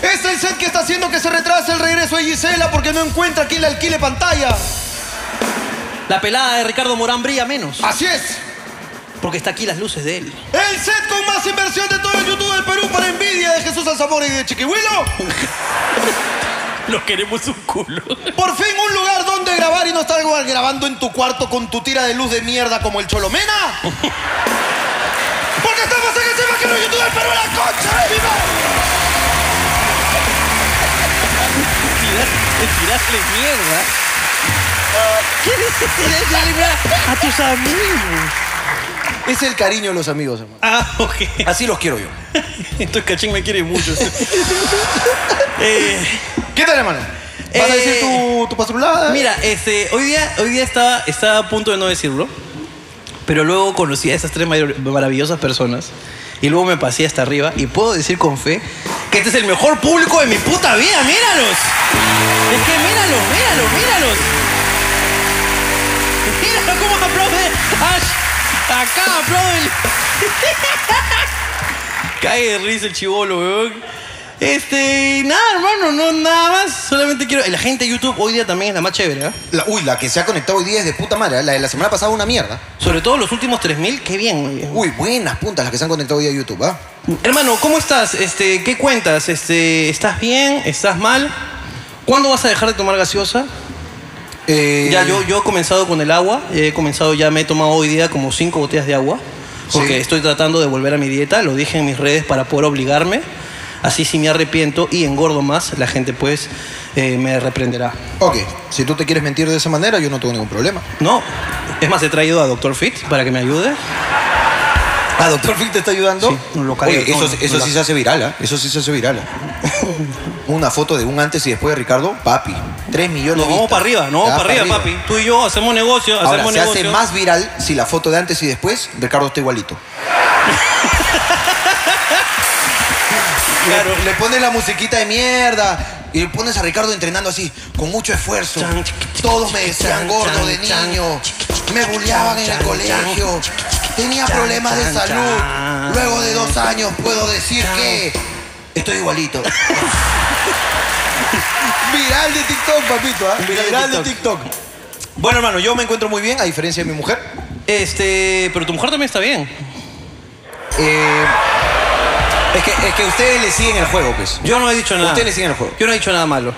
S3: Este es el set que está haciendo que se retrase el regreso de Gisela porque no encuentra quien le alquile pantalla.
S1: La pelada de Ricardo Morán brilla menos.
S3: Así es.
S1: Porque está aquí las luces de él.
S3: El set con más inversión de todo el YouTube del Perú para envidia de Jesús Alzamora y de Chiquihuilo.
S1: Los queremos un culo.
S3: Por fin un lugar donde grabar y no estar grabando en tu cuarto con tu tira de luz de mierda como el Cholomena. Porque estamos en el tema que no YouTube del Perú la concha de mi madre.
S1: tirarle mierda. a Ah, tus amigos?
S3: Es el cariño de los amigos, hermano.
S1: Ah, ok.
S3: Así los quiero yo.
S1: Entonces Cachín me quiere mucho.
S3: ¿Qué tal, hermano? ¿Vas a decir tu, tu pastrulada?
S1: Mira, este, hoy día, hoy día estaba, estaba a punto de no decirlo, pero luego conocí a esas tres mayor- maravillosas personas y luego me pasé hasta arriba y puedo decir con fe que este es el mejor público de mi puta vida. ¡Míralos! Es que míralos, míralos, míralos. Mira cómo aplaude Ash. Acá aplaude. Cae de risa el chivolo, weón. Este, nada, hermano, no nada más. Solamente quiero. La gente de YouTube hoy día también es la más chévere, ¿eh?
S10: La- uy, la que se ha conectado hoy día es de puta madre. ¿eh? La de la semana pasada una mierda.
S1: Sobre todo los últimos 3.000, qué bien, muy bien.
S10: Uy, buenas puntas las que se han conectado hoy día a YouTube, ¿ah?
S1: Hermano, ¿cómo estás? Este, ¿qué cuentas? Este, ¿estás bien? ¿Estás mal? ¿Cuándo vas a dejar de tomar gaseosa?
S10: Eh,
S1: Ya yo, yo he comenzado con el agua, he comenzado, ya me he tomado hoy día como cinco botellas de agua, porque
S10: Sí.
S1: estoy tratando de volver a mi dieta, lo dije en mis redes para poder obligarme, así si me arrepiento y engordo más, la gente pues eh, me reprenderá.
S10: Ok, si tú te quieres mentir de esa manera, yo no tengo ningún problema.
S1: No, es más, he traído a Doctor Fit para que me ayude.
S15: Ah,
S10: ¿A Doctor Phil te está ayudando?
S1: lo cagué,
S10: Oh. Oye, eso,
S1: no, no,
S10: eso
S1: no
S10: sí
S1: la-
S10: se hace viral, ¿ah? Eso sí se hace viral. ¿ah? Una foto de un antes y después de Ricardo, papi. Tres millones
S1: Nos
S10: de
S1: vamos
S10: vistas.
S1: para arriba, nos vamos
S10: Ya,
S1: para arriba, papi. Tú y yo hacemos negocio,
S10: Ahora,
S1: hacemos
S10: se
S1: negocio.
S10: hace más viral si la foto de antes y después, Ricardo está igualito.
S1: Claro.
S10: Le, le pones la musiquita de mierda y le pones a Ricardo entrenando así, con mucho esfuerzo. Todos me decían gordo de niño. Me bulleaban en el colegio. Ah. Tenía problemas de salud. Luego de dos años puedo decir que Estoy igualito. Viral de TikTok, papito. ¿ah? Viral, de TikTok. Bueno, hermano, yo me encuentro muy bien, a diferencia de mi mujer.
S1: Este, pero tu mujer también está bien.
S10: Eh, es, que, es que ustedes le siguen el juego, pues.
S1: Yo no he dicho nada.
S10: Ustedes le siguen el juego.
S1: Yo no he dicho nada malo.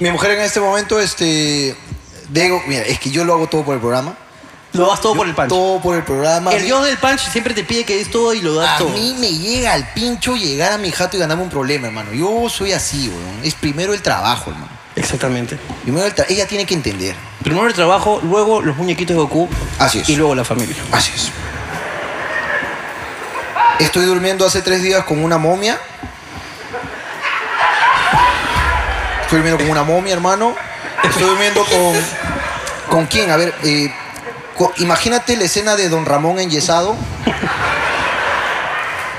S10: Mi mujer en este momento, este. Diego, mira, es que yo lo hago todo por el programa.
S1: Lo das todo por el punch.
S10: Todo por el programa.
S1: El dios del punch siempre te pide que des todo y lo das
S10: a
S1: todo.
S10: mí me llega al pincho llegar a mi jato y ganarme un problema, hermano. Yo soy así, weón. Es primero el trabajo, hermano.
S1: Exactamente.
S10: Primero el tra- Ella tiene que entender.
S1: Primero el trabajo, luego los muñequitos de Goku.
S10: Así es.
S1: Y luego la familia.
S10: Así es. Estoy durmiendo hace tres días con una momia. Estoy durmiendo con una momia, hermano. Estoy durmiendo con. ¿Con quién? A ver, eh, co- imagínate la escena de Don Ramón enyesado.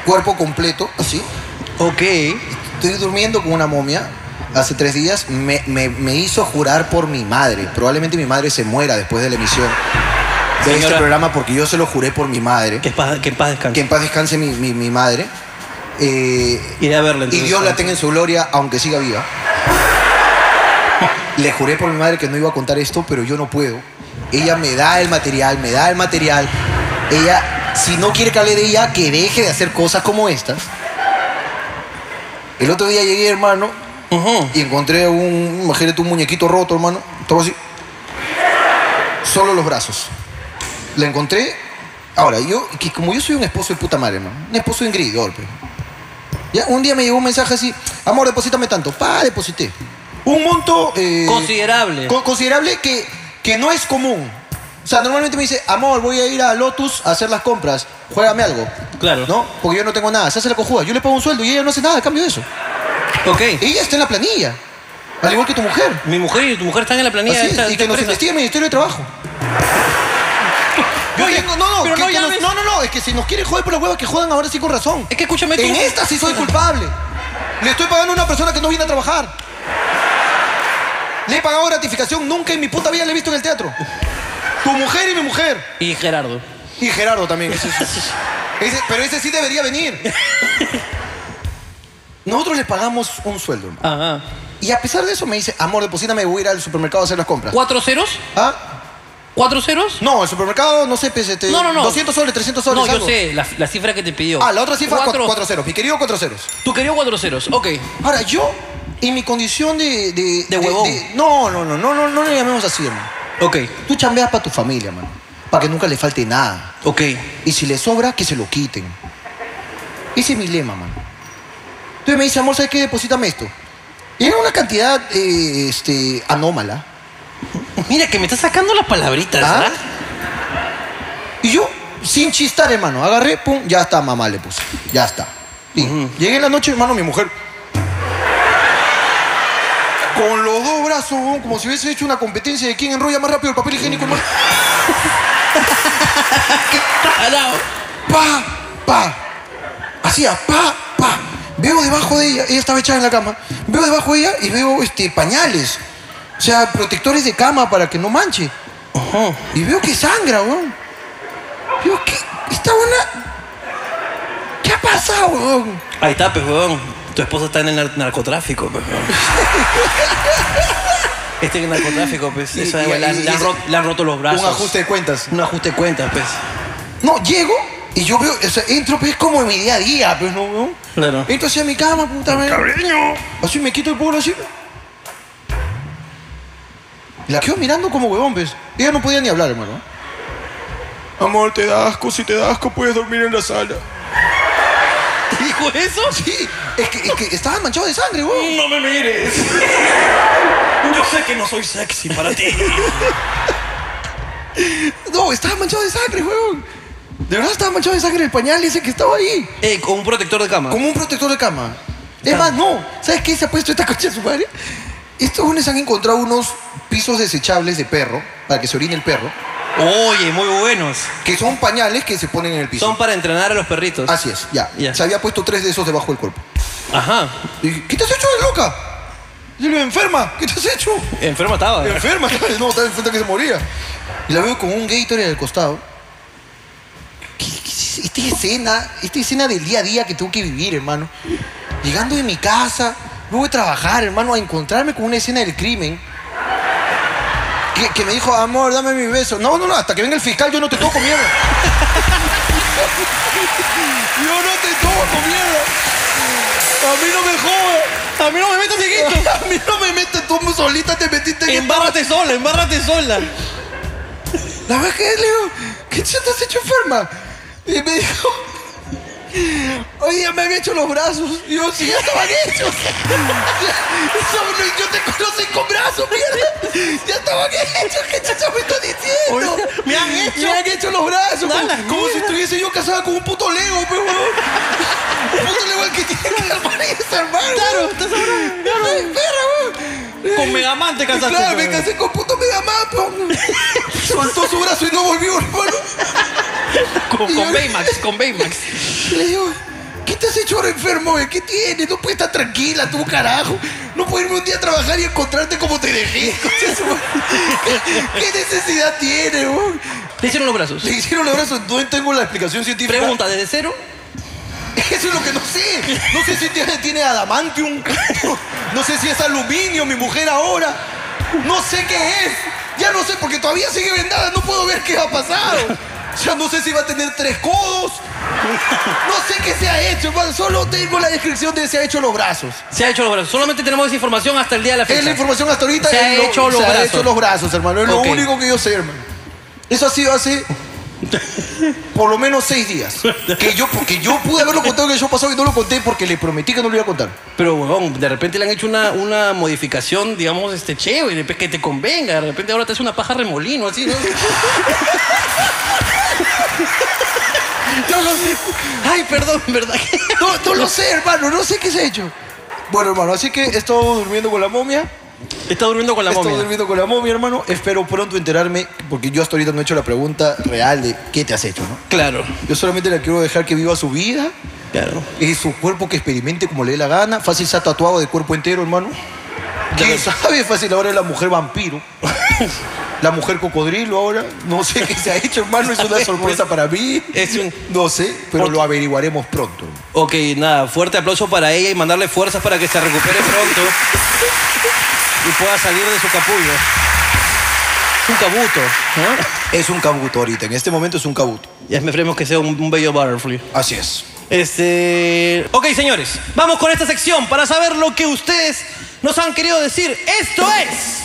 S10: Cuerpo completo, así.
S1: Ok.
S10: Estoy durmiendo con una momia. Hace tres días me, me- me hizo jurar por mi madre. Probablemente mi madre se muera después de la emisión de este
S1: Señora.
S10: programa porque yo se lo juré por mi madre.
S1: Que, en paz- que en paz descanse.
S10: Que en paz descanse mi, mi- mi madre. Eh,
S1: Iré a verla
S10: y
S1: entonces.
S10: Dios la tenga en su gloria, aunque siga viva. Le juré por mi madre que no iba a contar esto, pero yo no puedo. Ella me da el material, me da el material. Ella, si no quiere que hable de ella, que deje de hacer cosas como estas. El otro día llegué, hermano, y encontré un, imagínate, un muñequito roto, hermano. Todo así. Solo los brazos. La encontré. Ahora, yo, que como yo soy un esposo de puta madre, hermano. Un esposo engreidor, pero. Ya, un día me llegó un mensaje así, amor, deposítame tanto. Pa, deposité. Un monto... eh,
S1: Considerable.
S10: co- considerable que, que no es común. O sea, normalmente me dice, amor, voy a ir a Lotus a hacer las compras. Juégame algo.
S1: Claro.
S10: ¿No? Porque yo no tengo nada. Se hace la cojuda. Yo le pago un sueldo y ella no hace nada a cambio de eso.
S1: Ok.
S10: Ella está en la planilla. Al igual que tu mujer.
S1: Mi mujer y tu mujer están en la planilla
S10: Así
S1: de
S10: es,
S1: esta-
S10: y
S1: esta
S10: que nos
S1: empresa.
S10: investigue el Ministerio de Trabajo. Yo tengo- no, no,
S1: pero
S10: que-
S1: no
S10: que nos-
S1: llames.
S10: no, no, no, es que si nos quieren joder por la hueva, que jodan ahora sí con razón.
S1: Es que escúchame tú.
S10: En esta sí soy culpable. Le estoy pagando a una persona que no viene a trabajar. Le he pagado gratificación, nunca en mi puta vida le he visto en el teatro. Tu mujer y mi mujer.
S1: Y Gerardo.
S10: Y Gerardo también. ese sí. Ese- pero ese sí debería venir. Nosotros le pagamos un sueldo, hermano.
S1: Ajá.
S10: Y a pesar de eso me dice, amor, deposítame, voy a ir al supermercado a hacer las compras.
S1: ¿Cuatro ceros?
S10: ¿Ah?
S1: ¿Cuatro ceros?
S10: No, el supermercado, no sé, pues, este,
S1: No, no, no.
S10: 200 soles, 300 soles.
S1: No, yo
S10: algo.
S1: sé la, la cifra que te pidió.
S10: Ah, la otra cifra,
S1: Cuatro-
S10: 4 ceros. Mi querido, 4 ceros.
S1: Tu querido cuatro ceros. Ok.
S10: Ahora, yo, en mi condición de... De,
S1: huevón.
S10: no, no, no, no, no, no le llamemos así, hermano.
S1: Ok.
S10: Tú chambeas para tu familia, hermano. Para que nunca le falte nada.
S1: Ok.
S10: Y si le sobra, que se lo quiten. Ese es mi lema, mano. Entonces me dice, amor, ¿sabes qué? Deposítame esto. Y era una cantidad, eh, este, anómala.
S1: Mira que me estás sacando las palabritas,
S10: ¿Ah?
S1: ¿ah?
S10: Y yo, sin chistar, hermano, agarré, pum, ya está, mamá, le puse. Ya está. Sí. Llegué en la noche, hermano, mi mujer. Con los dos brazos, weón, como si hubiese hecho una competencia de quién enrolla más rápido el papel higiénico, hermano.
S1: Tarao.
S10: pa, pa. Hacía pa, pa. Veo debajo de ella, ella estaba echada en la cama. Veo debajo de ella y veo este, pañales. O sea, protectores de cama para que no manche. Y veo que sangra, weón. Digo, ¿qué? Esta buena. ¿Qué ha pasado, weón?
S1: Ahí está, pues, huevón. Tu esposa está en el nar- narcotráfico, pues, huevón. Este en el narcotráfico, pues.
S10: Y-
S1: Esa,
S10: y-
S1: huevón, le, han-
S10: y-
S1: le han
S10: y-
S1: ro- le han roto los brazos.
S10: Un ajuste de cuentas.
S1: Un ajuste de cuentas, pues.
S10: No, llego y yo veo, o sea, entro, pues como en mi día a día, pues, ¿no, weón?
S1: Claro.
S10: Entro hacia mi cama, puta madre. Así me quito el pueblo así. Y la quedo mirando como huevón, pues. Ella no podía ni hablar, hermano. Amor, te da asco. Si te da asco, puedes dormir en la sala.
S1: ¿Te dijo eso?
S10: Sí, es que, es que estaba manchado de sangre, weón.
S1: No me mires. Yo sé que no soy sexy para ti.
S10: No, estaba manchado de sangre, weón. De verdad estaba manchado de sangre el pañal ese que estaba ahí.
S1: Eh, con un protector de cama.
S10: Como un protector de cama. Es
S1: Ah.
S10: más, no. ¿Sabes qué se ha puesto esta coche de su madre? Estos unes han encontrado unos pisos desechables de perro, para que se orine el perro,
S1: Oye, muy buenos.
S10: que son pañales que se ponen en el piso.
S1: Son para entrenar a los perritos.
S10: Así es, ya.
S1: Ya.
S10: Se había puesto tres de esos debajo del cuerpo.
S1: Ajá.
S10: Y dije, ¿qué te has hecho de loca? Y le digo, enferma, ¿qué te has hecho?
S1: Enfermo estaba. ¿eh?
S10: Enferma, no, estaba enfrente que se moría. Y la veo con un Gatorade al costado. ¿Qué- qué es esta escena, esta escena del día a día que tengo que vivir, hermano. Llegando de mi casa, luego de trabajar, hermano, a encontrarme con una escena del crimen. Que, que me dijo, amor, dame mi beso. No, no, no, hasta que venga el fiscal yo no te toco mierda. yo no te toco mierda. A mí no me jodas. A mí no me metas,
S3: amiguito.
S10: A mí no me metas, tú solita te metiste en
S1: Embárrate sola, embárrate sola.
S10: La vez que le digo, ¿qué te has hecho enferma? Y me dijo, oye, ya me había hecho los brazos. Y yo, sí, ya estaban hechos. Eso, yo te conocí con brazos, mierda. Ya estaban hechos, ¿qué chacha me estás diciendo?
S3: me han hecho.
S10: Me han hecho los brazos.
S3: Da
S10: como-
S3: la
S10: como si estuviese yo casada con un puto lego, pues, weón. Un puto lego al que tiene que armar y desarmar. Claro, estás hablando. Claro, perra, weón.
S1: Con Megaman te casaste,
S10: Claro, me
S1: weón.
S10: casé con puto Megaman, weón. Soltó su brazo y no volvió, hermano.
S1: Con,
S10: Y
S1: con
S10: yo-
S1: Baymax, con Baymax.
S10: Y le digo, ¿qué te has hecho ahora enfermo? eh? ¿Qué tienes? No puedes estar tranquila, tú carajo. No puedes irme un día a trabajar y encontrarte como te dejé. Concha su madre. ¿Qué, qué necesidad tienes, weón?
S1: Le hicieron los brazos.
S10: Le hicieron los brazos, no tengo la explicación científica.
S1: Pregunta, ¿desde cero?
S10: Eso es lo que no sé. No sé si tiene, tiene adamantium. No sé si es aluminio, mi mujer ahora. No sé qué es. Ya no sé, porque todavía sigue vendada. No puedo ver qué ha pasado. Ya no sé si va a tener tres codos. No sé qué se ha hecho, hermano. Solo tengo la descripción de se ha hecho los brazos.
S1: Se ha hecho los brazos. Solamente tenemos esa información hasta el día de la fecha.
S10: Es la información hasta ahorita.
S1: Se ha
S10: es lo-
S1: hecho los
S10: se
S1: brazos.
S10: ha hecho los brazos, hermano. Es
S1: Ok.
S10: lo único que yo sé, hermano. Eso ha sido hace por lo menos seis días. Que yo, porque yo pude haberlo contado que yo pasó y no lo conté porque le prometí que no lo iba a contar.
S1: Pero, huevón, de repente le han hecho una, una modificación, digamos, este, chévere, pues, que te convenga. De repente ahora te hace una paja remolino, así, ¿no?
S10: No lo sé.
S1: Ay, perdón, ¿verdad?
S10: No, no lo sé, hermano. No sé qué se ha hecho. Bueno, hermano, así que he estado durmiendo con la momia.
S1: Está durmiendo con la
S10: Estoy
S1: momia.
S10: durmiendo con la momia, hermano. Espero pronto enterarme, porque yo hasta ahorita no he hecho la pregunta real de qué te has hecho, ¿no?
S1: Claro.
S10: Yo solamente le quiero dejar que viva su vida.
S1: Claro.
S10: Y su cuerpo que experimente como le dé la gana. Fácil se ha tatuado de cuerpo entero, hermano. ¿Quién sabe? Fácil ahora es la mujer vampiro. La mujer cocodrilo ahora. No sé qué se ha hecho, hermano. Es una sorpresa para mí.
S1: Es un...
S10: No sé, pero lo averiguaremos pronto.
S1: Ok, nada, fuerte aplauso para ella y mandarle fuerzas para que se recupere pronto y pueda salir de su capullo. Un cabuto, ¿no?
S10: Es un cabuto ahorita, en este momento es un cabuto.
S1: Ya esperemos que sea un, un bello butterfly.
S10: Así es.
S1: Este. Ok, señores, vamos con esta sección para saber lo que ustedes nos han querido decir. Esto es.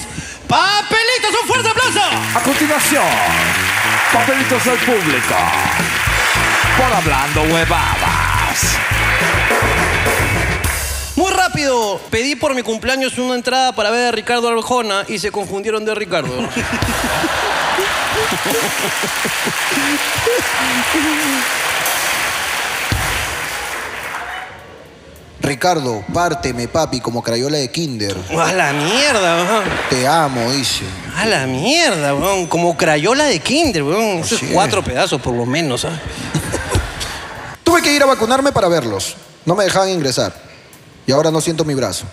S1: ¡Papelitos! ¡Un fuerte aplauso!
S15: A continuación, papelitos al público. Por hablando huevadas.
S1: Muy rápido, pedí por mi cumpleaños una entrada para ver a Ricardo Arjona y se confundieron de Ricardo.
S10: Ricardo, párteme, papi, como crayola de kinder.
S1: ¡A la mierda, weón!
S10: Te amo, dice.
S1: ¡A la mierda, weón! Como crayola de kinder,
S9: Oh,
S1: weón. Esos
S10: Así es.
S1: cuatro pedazos por lo menos, ¿ah?
S10: Tuve que ir a vacunarme para verlos. No me dejaban ingresar. Y ahora no siento mi brazo.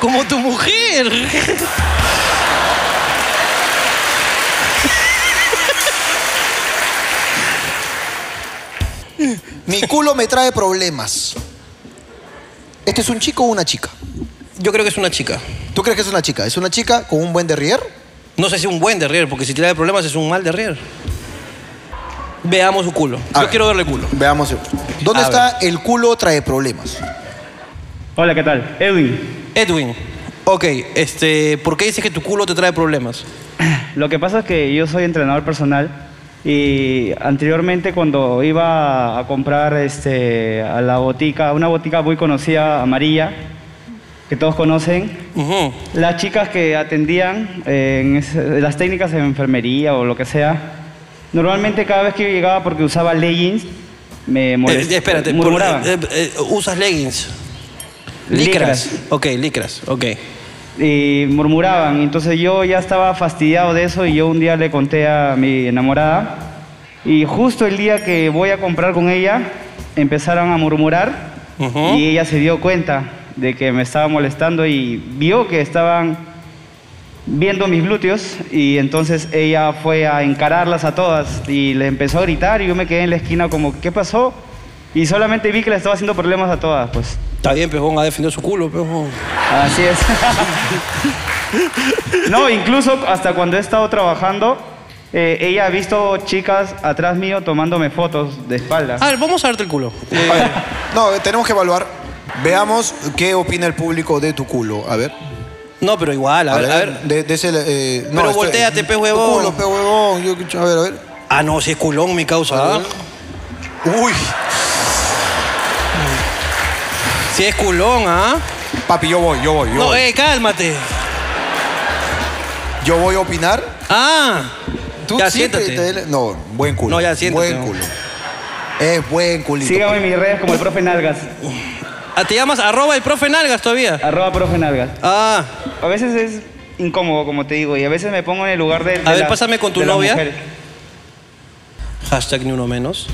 S1: ¡Como tu mujer!
S10: Mi culo me trae problemas. ¿Este es un chico o una chica?
S1: Yo creo que es una chica.
S10: ¿Tú crees que es una chica? ¿Es una chica con un buen derrier?
S1: No sé si un buen derrier, porque si trae problemas es un mal derrier. Veamos su culo. Yo quiero verle culo.
S10: Veamos. ¿Dónde
S1: A
S10: está el culo trae problemas?
S1: Hola, ¿qué tal? Edwin. Edwin. Ok, este, ¿por qué dices que tu culo te trae problemas?
S9: Lo que pasa es que yo soy entrenador personal y anteriormente cuando iba a comprar este, a la botica, una botica muy conocida, amarilla, que todos conocen, las chicas que atendían eh, en ese- las técnicas de enfermería o lo que sea, normalmente cada vez que yo llegaba porque usaba leggings, me
S1: Eh,
S9: molest-
S1: espérate, por-
S9: murmuraban.
S1: eh, eh, usas leggings. Licras. Ok, licras, ok.
S9: y murmuraban. Entonces yo ya estaba fastidiado de eso y yo un día le conté a mi enamorada y justo el día que voy a comprar con ella empezaron a murmurar y ella se dio cuenta de que me estaba molestando y vio que estaban viendo mis glúteos y entonces ella fue a encararlas a todas y le empezó a gritar y yo me quedé en la esquina como, ¿qué pasó? Y solamente vi que le estaba haciendo problemas a todas, pues.
S1: Está bien, pejón, ha defendido su culo, pejón.
S9: Así es. No, incluso hasta cuando he estado trabajando, eh, ella ha visto chicas atrás mío tomándome fotos de espalda.
S1: A ver, vamos a verte el culo.
S10: A ver, no, tenemos que evaluar. Veamos qué opina el público de tu culo. A ver.
S1: No, pero igual, a ver, a ver.
S10: De, de ese, eh, no,
S1: Pero
S10: este-
S1: volteate, pe huevón.
S10: Tu culo, pe huevón. Yo- a ver, a ver.
S1: Ah, no, si es culón mi causa. ¿ah?
S10: Uy.
S1: Si es culón, ¿ah?
S10: Papi, yo voy, yo voy, yo
S1: No,
S10: voy.
S1: eh, cálmate.
S10: Yo voy a opinar.
S1: Ah.
S10: Tú
S1: Ya,
S10: siempre
S1: siéntate.
S10: te- No, buen culo.
S1: No, ya, siéntate,
S10: Buen
S1: no.
S10: culo. Es buen culito.
S9: Sígame en mis redes como el profe Nalgas.
S1: Ah, te llamas arroba el profe Nalgas todavía.
S9: Arroba profe Nalgas.
S1: Ah.
S9: A veces es incómodo, como te digo, y a veces me pongo en el lugar de. de
S1: A ver,
S9: la-
S1: pásame con tu
S9: de las
S1: novia.
S9: mujeres.
S1: Hashtag ni uno menos.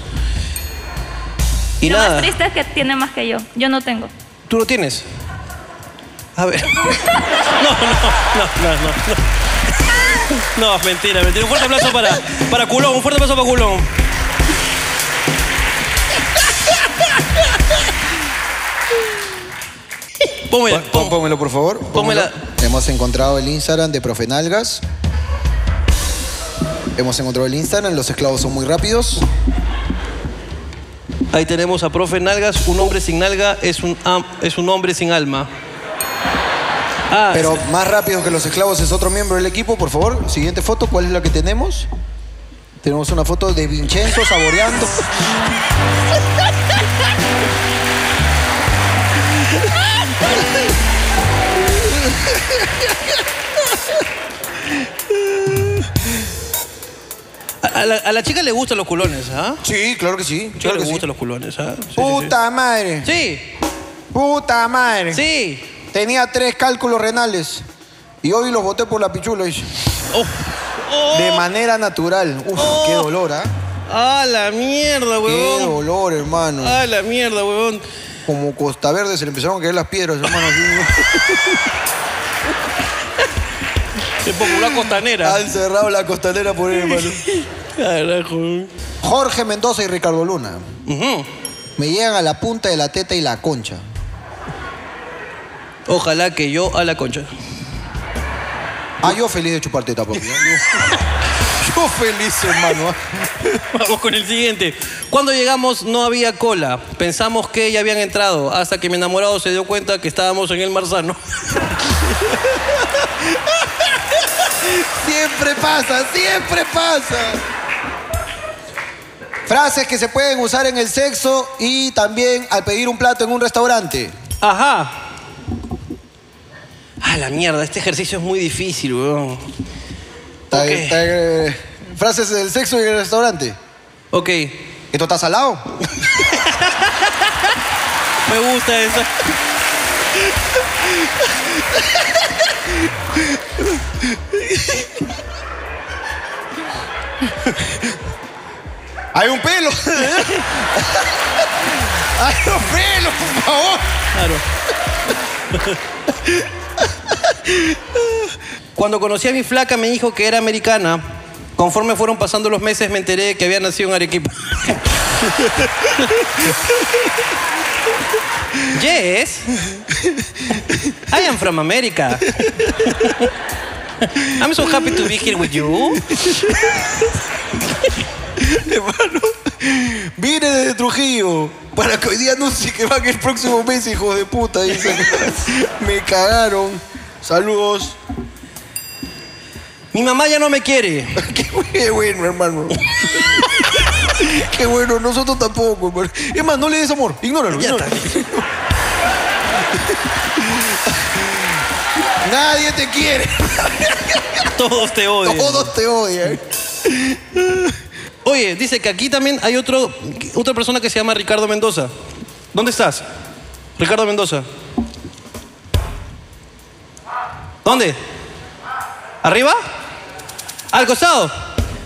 S1: Y
S7: Lo más
S1: nada,
S7: triste es que tiene más que yo. Yo no tengo.
S1: tú lo tienes. A ver. No, no, no, no, no. No, No, mentira, mentira. Un fuerte aplauso para, para Culón, un fuerte aplauso para Culón. Pónmela,
S10: Pon- pónmelo, por favor.
S1: Pues, Pónmela.
S10: Hemos encontrado el Instagram de Profe Nalgas. Hemos encontrado el Instagram. Los esclavos son muy rápidos.
S1: Ahí tenemos a profe Nalgas, un hombre sin nalga es un, am- es un hombre sin alma. Ah,
S10: Pero más rápidos que los esclavos es otro miembro del equipo, por favor. Siguiente foto, ¿cuál es la que tenemos? Tenemos una foto de Vincenzo saboreando.
S1: a, a la, a la chica le gustan los culones, ¿ah?
S10: Sí, claro que sí.
S1: A la chica le gustan los culones, ¿ah? Sí, sí, sí.
S10: Puta madre.
S1: Sí.
S10: Puta madre.
S1: Sí.
S10: Tenía tres cálculos renales. Y hoy los boté por la pichula. dice.
S1: Oh.
S10: De manera natural. Uf, qué dolor, ¿ah?
S1: ¡Ah, la mierda,
S10: Qué
S1: huevón!
S10: dolor, hermano.
S1: ¡Ah, la mierda, huevón!
S10: Como Costa Verde se le empezaron a caer las piedras, hermano.
S1: Se popular costanera.
S10: Han cerrado la costanera por ahí, hermano.
S1: Carajo.
S10: Jorge Mendoza y Ricardo Luna. Me llegan a la punta de la teta y la concha.
S1: Ojalá que yo a la concha.
S10: Ah, yo feliz de chupar teta, papi. ¿eh? Yo feliz, hermano. ¿eh?
S1: Vamos con el siguiente. Cuando llegamos no había cola. Pensamos que ya habían entrado, hasta que mi enamorado se dio cuenta que estábamos en el Marzano.
S10: Siempre pasa, siempre pasa. Frases que se pueden usar en el sexo y también al pedir un plato en un restaurante.
S1: Ajá. Ah, la mierda, este ejercicio es muy difícil, weón.
S10: Está bien, está bien, eh, Frases del sexo en el restaurante.
S1: Ok.
S10: ¿Esto está salado?
S1: Me gusta esa.
S10: ¡Hay un pelo! ¡Hay un pelo, por favor!
S1: Claro. Cuando conocí a mi flaca me dijo que era americana. Conforme fueron pasando los meses me enteré que había nacido en Arequipa. yes. I am from America. I'm so happy to be here with you.
S10: Vine desde Trujillo para que hoy día anuncie que van el próximo mes, hijos de puta. Dice. Me cagaron. Saludos.
S1: Mi mamá ya no me quiere.
S10: Qué bueno, hermano. Qué bueno, nosotros tampoco, hermano. Es más, no le des amor. Ignóralo. ignóralo. Nadie te quiere.
S1: Todos te odian.
S10: Todos te odian.
S1: Oye, dice que aquí también hay otro, otra persona que se llama Ricardo Mendoza. ¿Dónde estás? Ricardo Mendoza. ¿Dónde? ¿Arriba? ¿Al costado?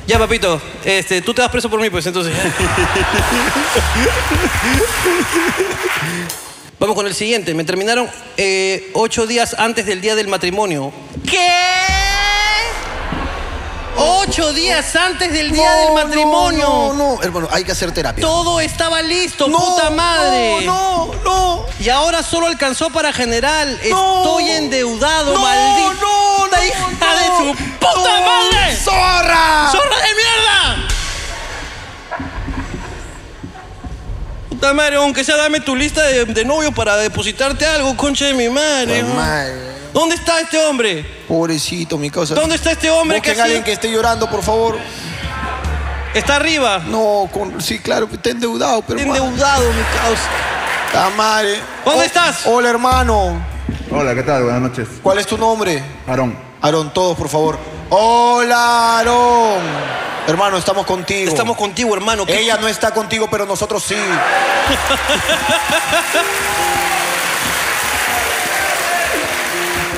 S1: Ya, papito. Este, tú te vas preso por mí, pues entonces. Vamos con el siguiente. Me terminaron eh, ocho días antes del día del matrimonio. ¿Qué? Ocho días antes del día del matrimonio.
S10: No, no, no, hermano, hay que hacer terapia.
S1: Todo estaba listo, puta madre. No, no, no. Y ahora solo alcanzó para general. Estoy endeudado,
S15: No,
S1: maldita
S15: no, no,
S1: hija de
S15: no.
S1: su puta
S15: No,
S1: madre.
S15: zorra.
S1: ¡Zorra de mierda! Puta madre, aunque sea dame tu lista de, de novio para depositarte algo, concha de mi madre.
S10: Puta madre.
S1: ¿Dónde está este hombre?
S10: Pobrecito, mi causa.
S1: ¿Dónde está este hombre
S10: Busquen
S1: que ha
S10: a alguien
S1: sido-
S10: que esté llorando, por favor.
S1: ¿Está arriba?
S10: No, con- sí, claro, que está endeudado, pero. Está
S1: endeudado, mi causa.
S10: Está madre. Oh,
S1: ¿Dónde estás?
S10: Hola, hermano.
S16: Hola, ¿qué tal? Buenas noches.
S10: ¿Cuál es tu nombre?
S16: Aarón.
S10: Aarón, todos, por favor. Hola, Aarón. Hermano, estamos contigo. Estamos
S1: contigo, hermano.
S10: Ella no está contigo, pero nosotros sí.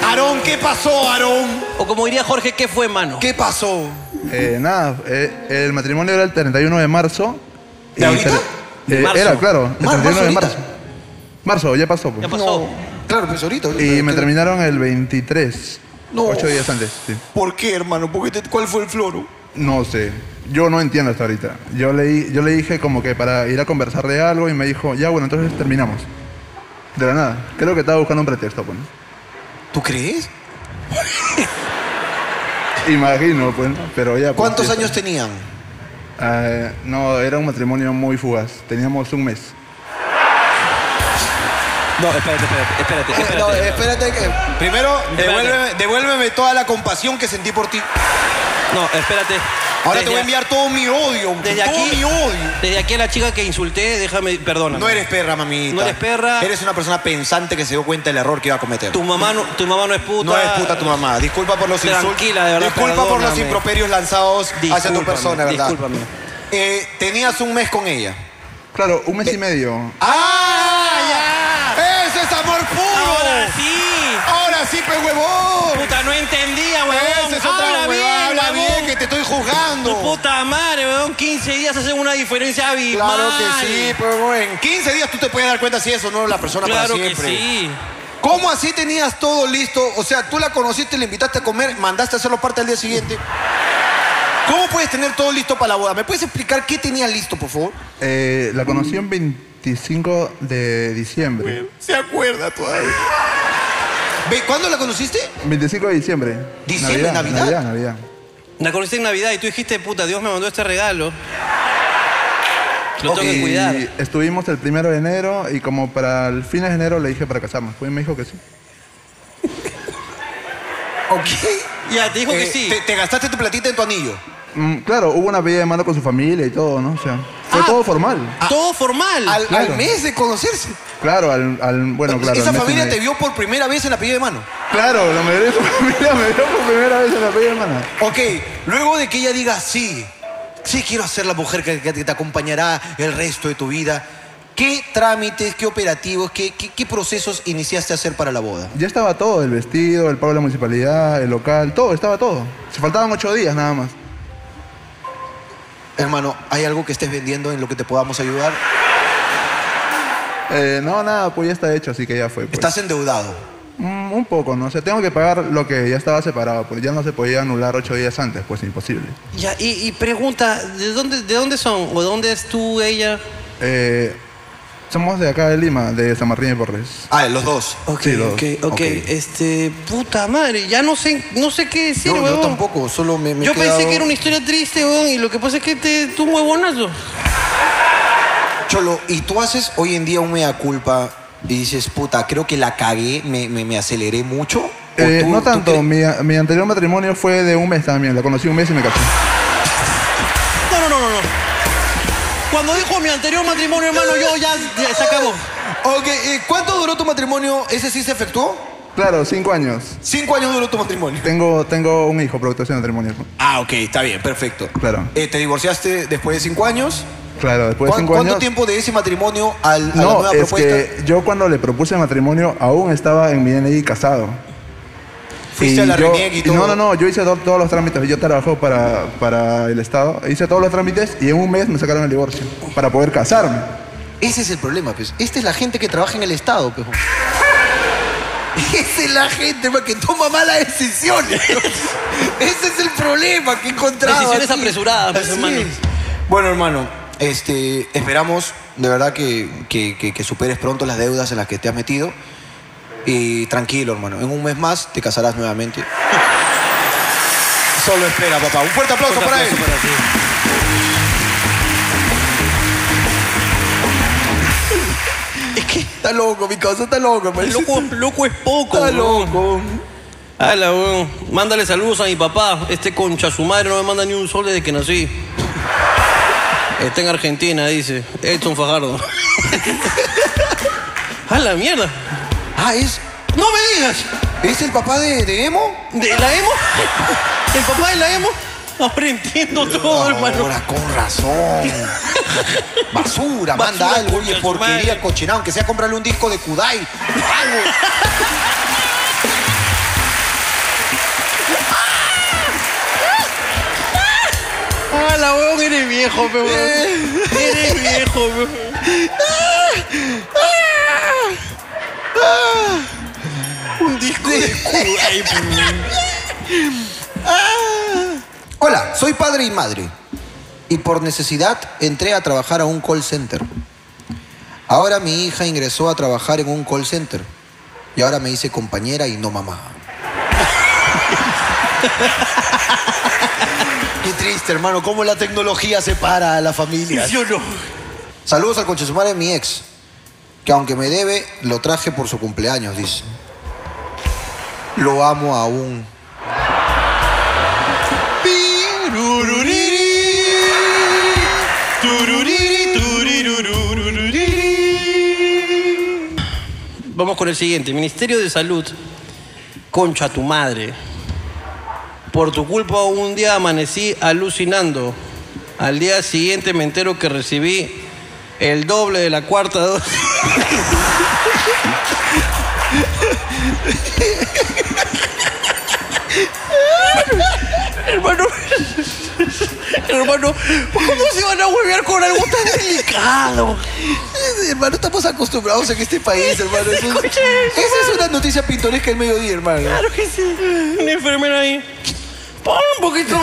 S1: Aarón, ¿qué pasó, Aarón? O como diría Jorge, ¿qué fue, mano? ¿Qué
S10: pasó?
S16: Eh, nada, eh, el matrimonio era el 31 de marzo. ¿De ahorita?
S10: ¿De marzo?
S16: Era, claro, el
S10: Mar-
S16: 31 de
S10: marzo
S16: marzo. Marzo, ya pasó. pues.
S10: No, claro, pues ahorita.
S16: Y me terminaron el 23.
S10: No.
S16: Ocho días antes, sí.
S10: ¿Por qué, hermano? ¿Por qué te- ¿Cuál fue el floro?
S16: No sé. Yo no entiendo hasta ahorita. Yo le, yo le dije como que para ir a conversar de algo y me dijo, ya bueno, entonces terminamos. De la nada. Creo que estaba buscando un pretexto, pues.
S10: ¿Tú crees?
S16: Imagino, pues. Pero ya.
S10: ¿Cuántos años tenían?
S16: Ah, no, era un matrimonio muy fugaz. Teníamos un mes.
S1: No, espérate, espérate, espérate.
S16: espérate.
S10: No, eh, espérate que. Primero,
S1: Espérate.
S10: devuélveme, devuélveme toda la compasión que sentí por ti.
S1: No, espérate.
S10: Ahora
S1: Desde
S10: te voy a enviar todo mi odio.
S1: Desde
S10: todo
S1: aquí,
S10: mi odio.
S1: desde aquí a la chica que insulté, déjame, perdona.
S10: No eres perra, mamita.
S1: No eres perra.
S10: Eres una persona pensante que se dio cuenta del error que iba a cometer.
S1: Tu mamá no, tu mamá no es puta.
S10: No es puta tu mamá. Disculpa por los insultos.
S1: Tranquila, de verdad,
S10: Disculpa por los
S1: perdóname.
S10: improperios lanzados hacia tu
S1: Discúlpame,
S10: persona, ¿verdad?
S1: discúlpame.
S10: Eh, tenías un mes con ella.
S16: Claro, un mes y medio.
S10: ¡Ah, ya! ¡Ese es amor puro!
S1: Ahora sí.
S10: ¡Ahora sí, pe huevón!
S1: Puta, no entendía, huevón.
S10: Esa es otra
S1: Habla
S10: huevada,
S1: bien,
S10: habla
S1: huevón.
S10: bien, que te estoy juzgando.
S1: Tu puta madre, weón. 15 días hacen una diferencia abismal.
S10: Claro que sí, pero en 15 días tú te puedes dar cuenta si es o no la persona
S1: Claro
S10: para
S1: que
S10: siempre.
S1: sí.
S10: ¿Cómo así tenías todo listo? O sea, tú la conociste, la invitaste a comer, mandaste a hacerlo parte al día siguiente. ¿Cómo puedes tener todo listo para la boda? ¿Me puedes explicar qué tenías listo, por favor?
S16: Eh, la conocí en 25 de diciembre.
S10: Se acuerda todavía. Ve, ¿Cuándo la conociste?
S16: 25 de diciembre.
S10: ¿Diciembre, Navidad?
S16: Navidad, Navidad.
S1: La conociste en Navidad y tú dijiste, puta, Dios me mandó este regalo. Lo tengo
S16: Y
S1: que cuidar.
S16: Estuvimos el primero de enero y como para el fin de enero le dije para casarnos. Pues me dijo que sí.
S10: Ok.
S1: Ya, te dijo que
S10: Eh,
S1: sí.
S10: Te, te gastaste tu platita en tu anillo.
S16: Mm, claro, hubo una vida de mano con su familia y todo, ¿no? O sea, fue
S1: Ah.
S16: todo formal.
S1: Todo formal.
S10: Al,
S16: Claro.
S10: al mes de conocerse.
S16: Claro, al, al- bueno, claro.
S10: Esa
S16: al mes y
S10: familia
S16: medio.
S10: te vio por primera vez en la pilla de mano.
S16: Claro, la mayoría de su familia me vio por primera vez en la pilla de mano.
S10: Ok, luego de que ella diga sí, sí quiero ser la mujer que, que te acompañará el resto de tu vida, ¿qué trámites, qué operativos, qué, qué- qué procesos iniciaste a hacer para la boda?
S16: Ya estaba todo, el vestido, el pago de la municipalidad, el local, todo, estaba todo. Se faltaban ocho días nada más.
S10: Hermano, ¿hay algo que estés vendiendo en lo que te podamos ayudar?
S16: Eh, no, nada, pues ya está hecho, así que ya fue. pues.
S10: Estás endeudado.
S16: Mm, un poco, no sé. tengo que pagar lo que ya estaba separado, porque ya no se podía anular ocho días antes, pues imposible.
S1: Ya, y, y pregunta, ¿de dónde, ¿de dónde son? ¿O dónde es tú, ella?
S16: Eh, somos de acá de Lima, de San Martín de Porres.
S10: Ah, los dos.
S1: Ok,
S16: Sí, los-
S1: ok, ok. Este, puta madre, ya no sé, no sé qué decir,
S10: No, yo
S1: huevón.
S10: tampoco, solo me, me he
S1: Yo pensé
S10: quedado-
S1: que era una historia triste, weón, y lo que pasa es que te, tú un huevonazo.
S10: Cholo, y tú haces hoy en día un mea culpa y dices, puta, creo que la cagué, me, me- me aceleré mucho. ¿O
S16: Eh,
S10: tú-
S16: no
S10: tú
S16: tanto,
S10: crees-
S16: mi, mi anterior matrimonio fue de un mes también, la conocí un mes y me casé.
S1: No, no, no, no, no. Cuando dijo mi anterior matrimonio, hermano, yo ya, ya se acabó.
S10: Ok, ¿y ¿cuánto duró tu matrimonio? ¿Ese sí se efectuó?
S16: Claro, cinco años.
S10: Cinco años duró tu matrimonio.
S16: Tengo, tengo un hijo producto de ese matrimonio.
S10: Ah, ok, está bien, perfecto.
S16: Claro,
S10: Eh, ¿Te divorciaste después de cinco años?
S16: claro, después de
S10: ¿Cuán-
S16: cinco
S10: ¿Cuánto
S16: años.
S10: tiempo de ese matrimonio al, a la
S16: No,
S10: nueva
S16: es
S10: propuesta?
S16: que yo cuando le propuse matrimonio aún estaba en mi DNI casado.
S10: Fuiste a la
S16: yo-
S10: Reneg y
S16: No,
S10: todo.
S16: no, no, yo hice do- todos los trámites. Yo trabajo para, para el Estado. Hice todos los trámites y en un mes me sacaron el divorcio para poder casarme.
S10: Ese es el problema, pues. Esta es la gente que trabaja en el Estado, pues. Esa es la gente man, que toma malas decisiones. Ese es el problema que he encontrado.
S1: Decisiones apresuradas, pues,
S10: Así
S1: hermano.
S10: es. Bueno, hermano, este, esperamos de verdad que, que- que- que superes pronto las deudas en las que te has metido. Y tranquilo, hermano. En un mes más te casarás nuevamente. Solo espera, papá. Un fuerte aplauso
S15: Fuerte
S10: para él.
S15: aplauso
S10: Es que está loco, mi cosa está loco, hermano.
S1: Loco, loco es poco. Está
S10: loco.
S1: Hala, weón. Mándale saludos a mi papá. Este concha, su madre no me manda ni un sol desde que nací. Está en Argentina, dice. Edson Fajardo. ¡A la mierda!
S10: Ah, es.
S1: ¡No me digas!
S10: ¿Es el papá de, de Emo?
S1: ¿De la Emo? ¿El papá de la Emo? Ahora entiendo todo, Oh, hermano.
S10: Ahora, con razón. Basura, manda algo, oye, porquería, cochinado. Aunque sea comprarle un disco de Kudai. Algo.
S1: ¡A la weón! Eres viejo, pe, weón. Eres viejo, pe.
S10: Un disco de Kudai. Hola, soy padre y madre. Y por necesidad entré a trabajar a un call center. Ahora mi hija ingresó a trabajar en un call center. Y ahora me dice compañera y no mamá. Qué triste, hermano, cómo la tecnología separa a la familia.
S1: ¿Sí o no?
S10: Saludos al coche de mi ex, que aunque me debe, lo traje por su cumpleaños, dice. Lo amo aún.
S1: Vamos con el siguiente. Ministerio de Salud. Concha tu madre. Por tu culpa un día amanecí alucinando. Al día siguiente me entero que recibí el doble de la cuarta dosis. hermano, hermano, ¿cómo se van a huevear con algo tan delicado?
S10: Eh, Hermano, estamos acostumbrados en este país, hermano. Es un- esa es una noticia pintoresca del mediodía, hermano.
S1: Claro que sí. Una enfermera ahí. Pon un poquito.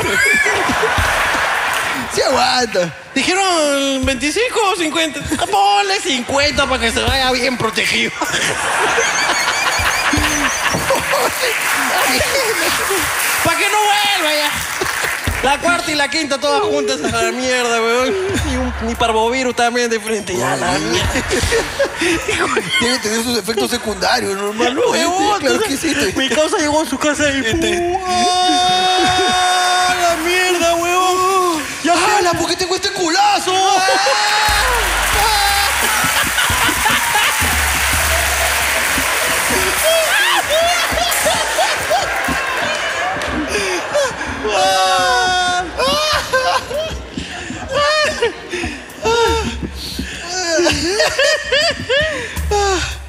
S10: Se aguanta.
S1: Dijeron 25 o 50. Ah, Ponle 50 para que se vaya bien protegido. para que no vuelva ya. La cuarta y la quinta todas juntas a la mierda, weón. Y un ni parvovirus también de frente. Ya la mierda.
S10: Debe tener sus efectos secundarios, ¿no, hermano.
S1: Huevón,
S10: Este, claro
S1: entonces,
S10: que sí. este.
S1: Mi causa llegó a su casa y. ¡Ah, la mierda, huevón! ¡Ya
S10: ¡Hala, por qué tengo este culazo!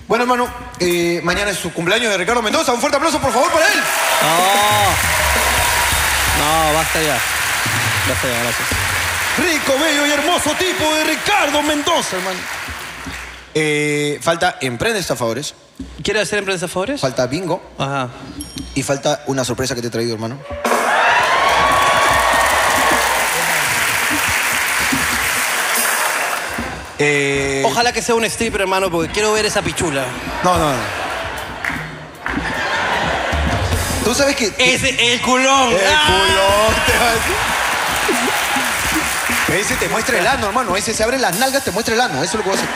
S10: Bueno, hermano, eh, mañana es su cumpleaños de Ricardo Mendoza. Un fuerte aplauso, por favor, para él.
S1: No. No, basta ya. Basta ya, gracias.
S10: Rico, bello y hermoso tipo de Ricardo Mendoza, hermano. Eh, falta Emprendes a Favores.
S1: ¿Quieres hacer Emprendes a Favores?
S10: Falta Bingo.
S1: Ajá.
S10: Y falta una sorpresa que te he traído, hermano. Eh,
S1: Ojalá que sea un stripper, hermano, porque quiero ver esa pichula.
S10: No, no, no. Tú sabes que.
S1: Ese, el culón.
S10: El
S1: Eh, ¡Ah!
S10: culón te va a decir. Ese te muestra el ano, hermano. Ese se abre las nalgas, te muestra el ano. Eso es lo que voy a hacer.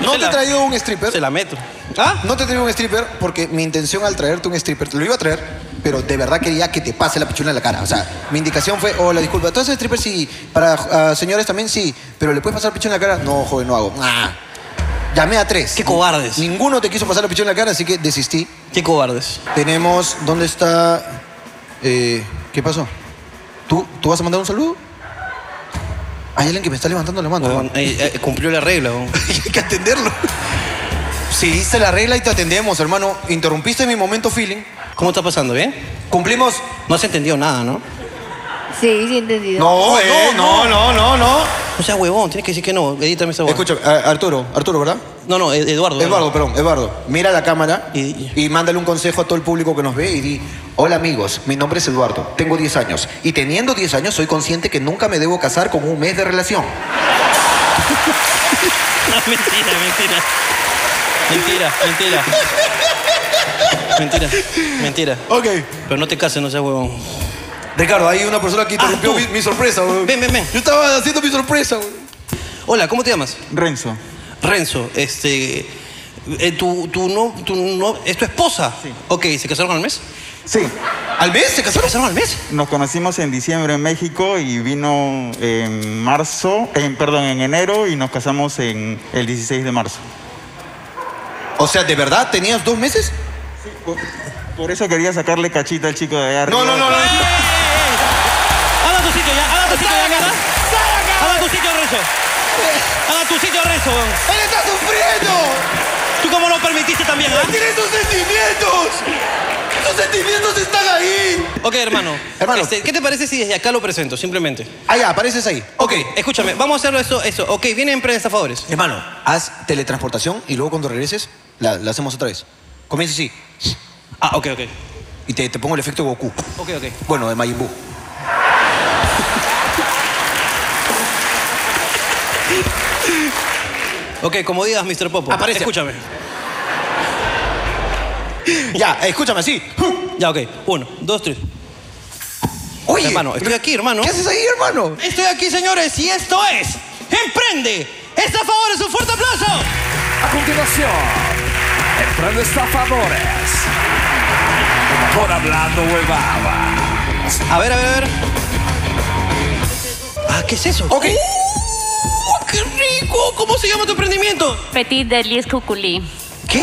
S1: Yo
S10: No
S1: se
S10: te he
S1: la-
S10: traído un stripper.
S1: Se la meto.
S10: ¿Ah? No te traigo un stripper porque mi intención al traerte un stripper, te lo iba a traer, pero de verdad quería que te pase la pichula en la cara. O sea, mi indicación fue, hola, disculpa, ¿tú haces stripper? Sí. Para ah, señores también sí, pero ¿le puedes pasar pichula en la cara? No, joven, no hago. Ah. Llamé a tres. Qué
S1: cobardes.
S10: Ninguno te quiso pasar la pichula en la cara, así que desistí.
S1: Qué cobardes.
S10: Tenemos, ¿dónde está? eh, ¿Qué pasó? ¿Tú, ¿Tú vas a mandar un saludo? Hay alguien que me está levantando la mano.
S1: Huevón, eh, eh, cumplió la regla, huevón.
S10: Hay que atenderlo. Si diste la regla y te atendemos, hermano. Interrumpiste mi momento feeling.
S1: ¿Cómo está pasando? ¿Bien?
S10: Cumplimos.
S1: No se entendió nada, ¿no?
S4: Sí, sí, entendido.
S1: No, eh, no,
S3: no, no, no.
S1: O sea, huevón, tienes que decir que no. Edítame esa voz.
S10: Escúchame, a- eh, Arturo, Arturo, ¿verdad?
S1: No, no, Ed- Eduardo.
S10: Eduardo, perdón, Eduardo. Mira la cámara y, mándale un consejo a todo el público que nos ve y di, hola amigos, mi nombre es Eduardo, tengo 10 años y teniendo 10 años soy consciente que nunca me debo casar con un mes de relación.
S1: No, Ah, mentira, mentira. Mentira, mentira. Mentira, mentira.
S10: Ok.
S1: Pero no te cases, no seas huevón.
S10: Ricardo, hay una persona que interrumpió mi, mi sorpresa, güey.
S1: Ah, Ven, ven, ven.
S10: Yo estaba haciendo mi sorpresa, güey.
S1: Hola, ¿cómo te llamas?
S17: Renzo.
S1: Renzo, este. eh, tu, tu no, tu no, ¿Es tu esposa? Ok, ¿se casaron al mes?
S17: Sí.
S1: ¿Al mes? ¿Se casaron? ¿Se casaron al mes?
S17: Nos conocimos en diciembre en México y vino en marzo, en, perdón, en enero y nos casamos en el 16 de marzo.
S10: O sea, ¿de verdad tenías dos meses?
S17: Sí, por, por eso quería sacarle cachita al chico de allá arriba.
S10: no, no, no.
S1: Haga tu sitio ya, haga tu sitio ya, Renzo. Haga tu sitio, Renzo. Haga tu sitio, Renzo.
S3: ¡Él está sufriendo!
S1: ¿Tú cómo lo permitiste también, ah?
S3: ¡Tiene sus sentimientos! ¡Sus sentimientos están ahí!
S1: Ok, hermano.
S10: Hermano.
S1: Este, ¿Qué te parece si desde acá lo presento, simplemente?
S10: Ah, ya, apareces ahí.
S1: Ok, escúchame, vamos a hacerlo eso, eso. Ok, vienen favores.
S10: Hermano, haz teletransportación y luego cuando regreses la, la hacemos otra vez. Comienza así.
S1: Ah, ok, ok.
S10: Y te, te pongo el efecto Goku.
S1: Ok, ok.
S10: Bueno, de Majin Buu.
S1: Ok, como digas, Mr. Popo.
S10: Aparece.
S1: Escúchame.
S10: Ya, escúchame así.
S1: Ya, ok. Uno, dos, tres.
S10: Oye.
S1: Hermano, estoy aquí, hermano.
S10: ¿Qué haces ahí, hermano?
S1: Estoy aquí, señores, y esto es Emprende. Está a favor, es un fuerte aplauso.
S15: A continuación, Emprende Estafadores. Por hablando huevadas.
S1: A ver, a ver, a ver. Ah, ¿qué es eso?
S10: Ok.
S1: ¡Oh, ¡Qué rico! ¿Cómo se llama tu emprendimiento?
S7: Petit Delis Cuculí.
S1: ¿Qué?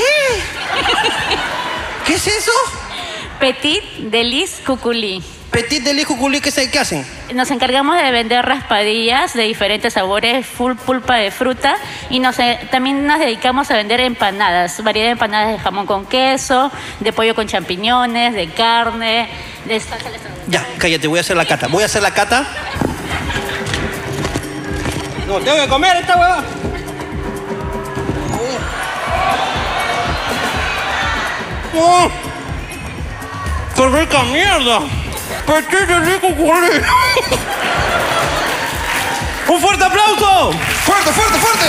S1: ¿Qué es eso?
S7: Petit Delis Cuculí.
S1: Petit Delis Cuculí, ¿qué, se- qué hacen?
S7: Nos encargamos de vender raspadillas de diferentes sabores, full pulpa de fruta y nos, eh, también nos dedicamos a vender empanadas, variedad de empanadas de jamón con queso, de pollo con champiñones, de carne, de salsa de
S1: Ya, cállate, voy a hacer la cata. Voy a hacer la cata. No, tengo que comer esta hueva. ¡Oh! ¡Qué rica mierda! ¡Petit de rico curry! ¡Un fuerte aplauso!
S3: ¡Fuerte, fuerte, fuerte!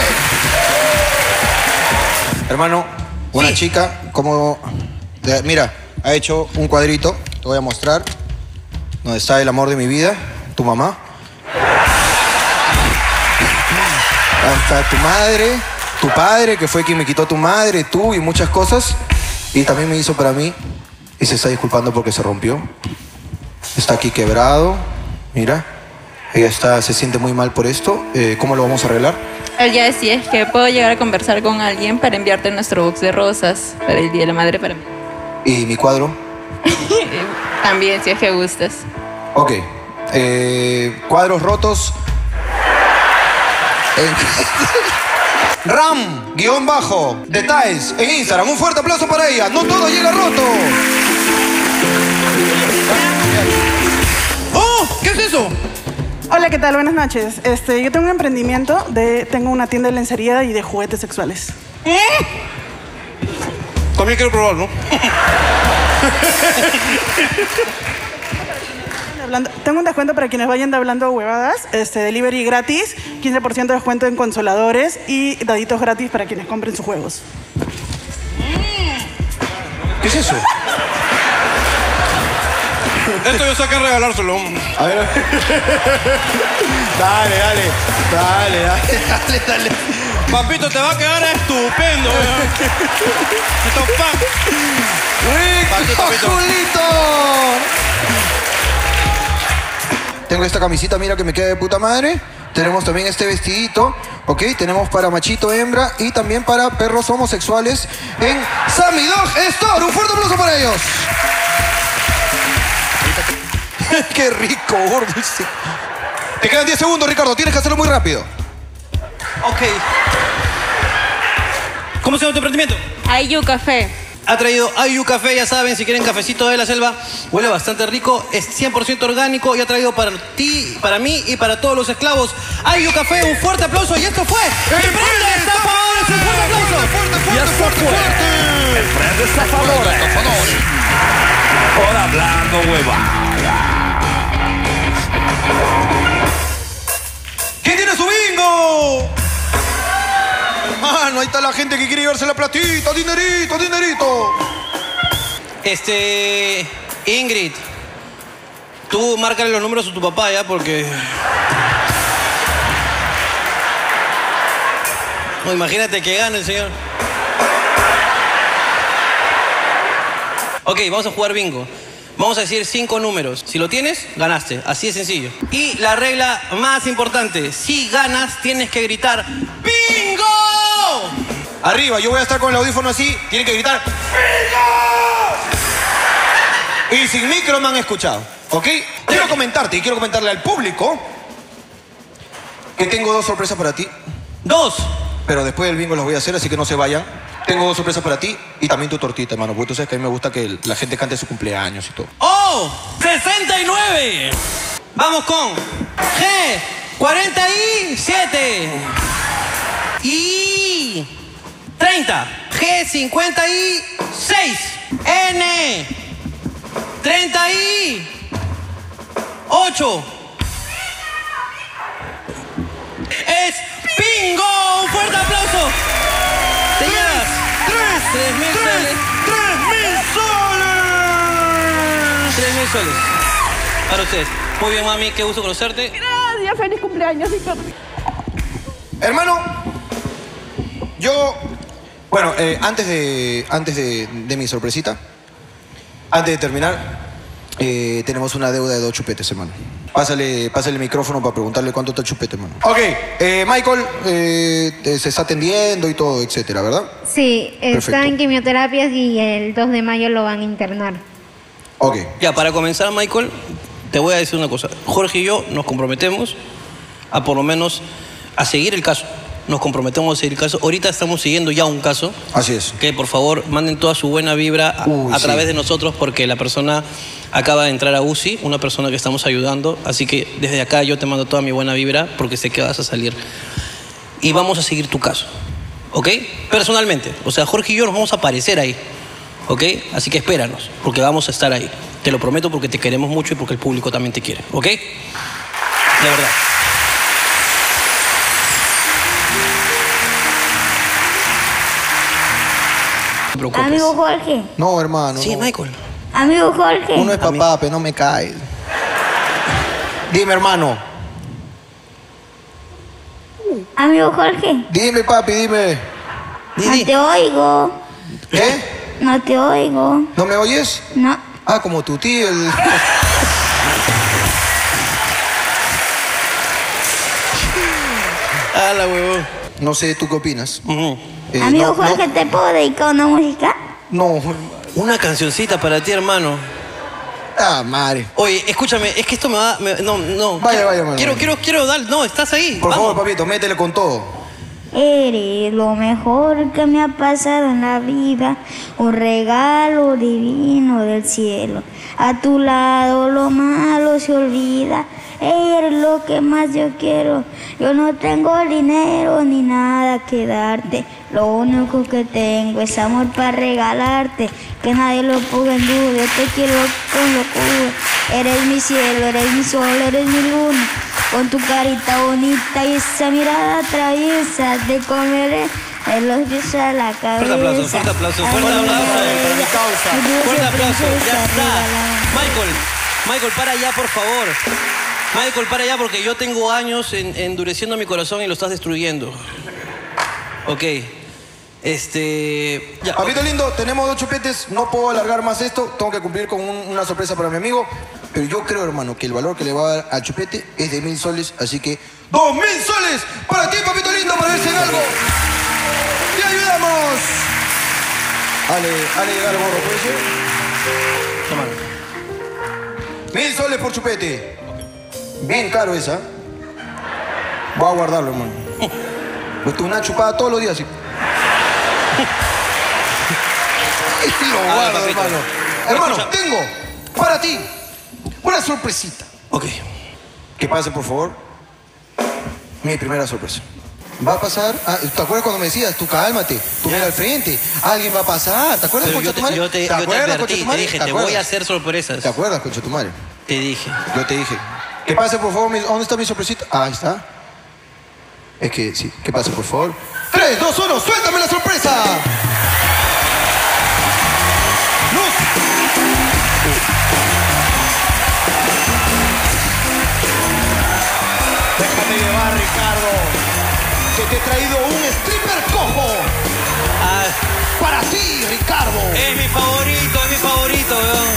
S10: Hermano, una chica, como. de- mira, ha hecho un cuadrito, te voy a mostrar, donde está el amor de mi vida, tu mamá. Hasta tu madre, tu padre, que fue quien me quitó tu madre, tú y muchas cosas. Y también me hizo para mí. Y se está disculpando porque se rompió. Está aquí quebrado. Mira. Ella está, se siente muy mal por esto. Eh, ¿Cómo lo vamos a arreglar?
S8: Él ya decía, es que puedo llegar a conversar con alguien para enviarte nuestro box de rosas para el Día de la Madre para mí.
S10: Y mi cuadro.
S8: También, si es que gustas.
S10: Ok. Eh, cuadros rotos. En- Ram, guión bajo, detalles en Instagram. Un fuerte aplauso para ella. No todo llega roto.
S1: ¡Oh! ¿Qué es eso?
S5: Hola, ¿qué tal? Buenas noches. Este, yo tengo un emprendimiento de. Tengo una tienda de lencería y de juguetes sexuales.
S1: También quiero probarlo.
S5: De hablando- Tengo un descuento para quienes vayan de hablando huevadas. Este, delivery gratis, 15% de descuento en consoladores y daditos gratis para quienes compren sus juegos.
S10: ¿Qué es eso?
S1: Esto yo saqué a regalárselo.
S10: A ver. dale, dale. Dale, dale, dale, dale.
S1: Papito, te va a quedar estupendo.
S3: ¡Rico, Julito!
S10: Tengo esta camisita, mira que me queda de puta madre. Tenemos también este vestidito, ¿ok? Tenemos para machito, hembra y también para perros homosexuales en Sammy Dog Store. Un fuerte aplauso para ellos. Qué rico, gordo. sí. Te quedan 10 segundos, Ricardo. Tienes que hacerlo muy rápido.
S1: Ok. ¿Cómo se llama tu emprendimiento?
S8: Ayu Café.
S1: ha traído Ayu Café, ya saben, si quieren cafecito de la selva, huele bastante rico, es 100% orgánico y ha traído para ti, para mí y para todos los esclavos Ayu Café, un fuerte aplauso y esto fue Emprende Estafadores, un fuerte aplauso.
S18: Y esto fue Emprende Estafadores Por hablando huevada
S10: ¿Quién tiene su bingo? Mano, ahí está la gente que quiere llevarse la platita, dinerito, dinerito.
S1: Este, Ingrid, tú márcale los números a tu papá ya porque... No, imagínate que gane el señor. Ok, vamos a jugar bingo. Vamos a decir cinco números. Si lo tienes, ganaste. Así de sencillo. Y la regla más importante, si ganas, tienes que gritar ¡Bingo!
S10: Arriba, yo voy a estar con el audífono así, tienen que gritar ¡Bingo! Y sin micro me han escuchado, ¿ok? Quiero comentarte y quiero comentarle al público que tengo dos sorpresas para ti.
S1: ¡Dos!
S10: Pero después del bingo las voy a hacer, así que no se vayan. Tengo dos sorpresas para ti y también tu tortita, hermano, porque tú sabes que a mí me gusta que la gente cante su cumpleaños y todo.
S1: ¡Oh! ¡69! Vamos con G, 47. Y 30. G, 56. N, 38. Es Pingo. Un fuerte aplauso. Señoras, tres mil soles.
S18: ¡Tres mil soles!
S1: Tres mil soles. Para ustedes. Muy bien, mami, qué gusto conocerte.
S8: Gracias, feliz cumpleaños, Víctor.
S10: Hermano, yo, bueno, eh, antes, de, antes de, de mi sorpresita, antes de terminar, eh, tenemos una deuda de dos chupetes, hermano. Pásale, pásale el micrófono para preguntarle cuánto está el chupete, hermano. Ok, eh, Michael eh, eh, se está atendiendo y todo, etcétera, ¿verdad?
S4: Sí, está
S10: Perfecto.
S4: en quimioterapias y el 2 de mayo lo van a internar.
S10: Ok.
S1: Ya, para comenzar, Michael, te voy a decir una cosa. Jorge y yo nos comprometemos a por lo menos a seguir el caso. Nos comprometemos a seguir el caso. Ahorita estamos siguiendo ya un caso.
S10: Así es.
S1: Que por favor manden toda su buena vibra a,
S10: Uy,
S1: a
S10: sí.
S1: través de nosotros porque la persona acaba de entrar a UCI, una persona que estamos ayudando. Así que desde acá yo te mando toda mi buena vibra porque sé que vas a salir. Y vamos a seguir tu caso. ¿Ok? Personalmente. O sea, Jorge y yo nos vamos a aparecer ahí. ¿Ok? Así que espéranos, porque vamos a estar ahí. Te lo prometo porque te queremos mucho y porque el público también te quiere. ¿Ok? De verdad. No te preocupes.
S7: Amigo Jorge,
S10: No, hermano.
S1: Sí,
S10: no.
S1: Michael.
S7: amigo Jorge.
S10: Uno es papá, pero no me caes. Dime, hermano.
S7: Amigo Jorge,
S10: Dime, papi, dime.
S7: no te oigo.
S10: ¿Qué?
S7: No te oigo.
S10: ¿Eh? ¿No me oyes?
S7: No.
S10: Ah, como tu tío. el-
S1: Hala, huevón.
S10: No sé, ¿tú qué opinas? Eh,
S7: amigo
S10: no,
S7: Jorge, ¿te puedo dedicar una música?
S10: No. no.
S1: Una cancioncita para ti, hermano.
S10: Ah, madre.
S1: Oye, escúchame, es que esto me va. me- no, no.
S10: Vaya, vaya, hermano.
S1: Quiero, quiero, quiero dar. No, estás ahí.
S10: Por
S1: Vamos.
S10: favor, papito, métele con todo.
S7: Eres lo mejor que me ha pasado en la vida, un regalo divino del cielo. A tu lado lo malo se olvida, eres lo que más yo quiero. Yo no tengo dinero ni nada que darte, lo único que tengo es amor para regalarte, que nadie lo ponga en duda, te quiero con locura. Eres mi cielo, eres mi sol, eres mi luna. Con tu carita bonita y esa mirada traviesa te comeré en los pies a la
S1: Fuerte
S7: cabeza.
S1: aplauso, fuerte aplauso, fuerte aplauso para mi causa. Fuerte aplauso, ya está. Michael, Michael, para allá, por favor. Michael, para allá porque yo tengo años en- endureciendo mi corazón y lo estás destruyendo. Ok. Este. Ya.
S10: Papito lindo, tenemos dos chupetes, no puedo alargar más esto, tengo que cumplir con un- una sorpresa para mi amigo, pero yo creo, hermano, que el valor que le va a dar al chupete es de mil soles, así que dos mil soles para ti, papito lindo, para verse en algo. Te ayudamos. Ale, ale, llegar al gorro, ¿puede ser? Mil soles por chupete. Bien caro esa. Voy a guardarlo, hermano. Pues tú una chupada todos los días. sí. lo
S1: A ver,
S10: guardo,
S1: papito.
S10: hermano. Hermano, tengo para ti una sorpresita.
S1: Ok.
S10: Que pase, por favor. Mi primera sorpresa. Va a pasar. ah, ¿Te acuerdas cuando me decías, tú cálmate, tú mira al frente, alguien va a pasar? ¿Te acuerdas,
S1: Pero
S10: concha
S1: yo
S10: tu
S1: te,
S10: madre?
S1: yo te, yo te
S10: acuerdas,
S1: advertí,
S10: concha tu
S1: te
S10: madre?
S1: dije,
S10: ¿Te
S1: te voy a
S10: acuerdas?
S1: hacer sorpresas.
S10: ¿Te acuerdas, concha tu madre?
S1: Te dije.
S10: Yo te dije. Que pase, por favor, mi- ¿dónde está mi sorpresita? Ah, ahí está. Es que sí, que pase, por favor. 3, 2, 1, suéltame la sorpresa.
S3: Déjate llevar, Ricardo, que te he traído un stripper cojo. Para ti, Ricardo.
S1: Es mi favorito, es mi favorito,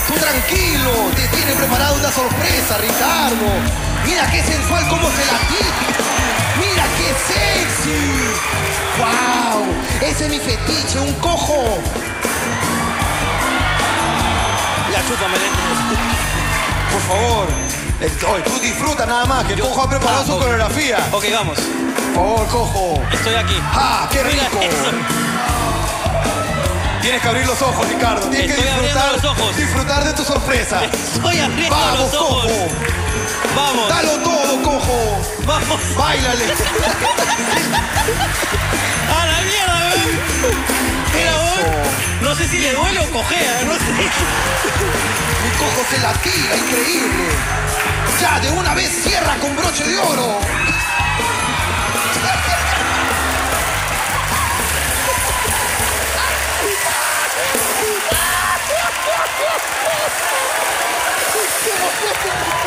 S10: Tú tranquilo, te tiene preparada una sorpresa, Ricardo. Mira qué sensual cómo se la tira. Mira qué sexy. ¡Wow! Ese es mi fetiche, un cojo.
S1: La chupa este
S10: Por favor. eh, oye, tú disfruta nada más, que el cojo ha preparado su coreografía.
S1: Ok, vamos.
S10: Por favor, cojo.
S1: Estoy aquí.
S10: ¡Ah, qué rico! Tienes que abrir los ojos, Ricardo. Tienes
S1: Estoy
S10: que
S1: abriendo
S10: disfrutar,
S1: los ojos.
S10: disfrutar de tu sorpresa.
S1: Estoy abriendo
S10: Vamos,
S1: los ojos.
S10: cojo.
S1: Vamos.
S10: Dalo todo, cojo.
S1: Vamos.
S10: Báilale.
S1: ¡A la mierda, weón! Mira vos. No sé si le duele o cojea, no sé.
S10: Mi cojo se la tira, increíble. Ya, de una vez cierra con broche de oro.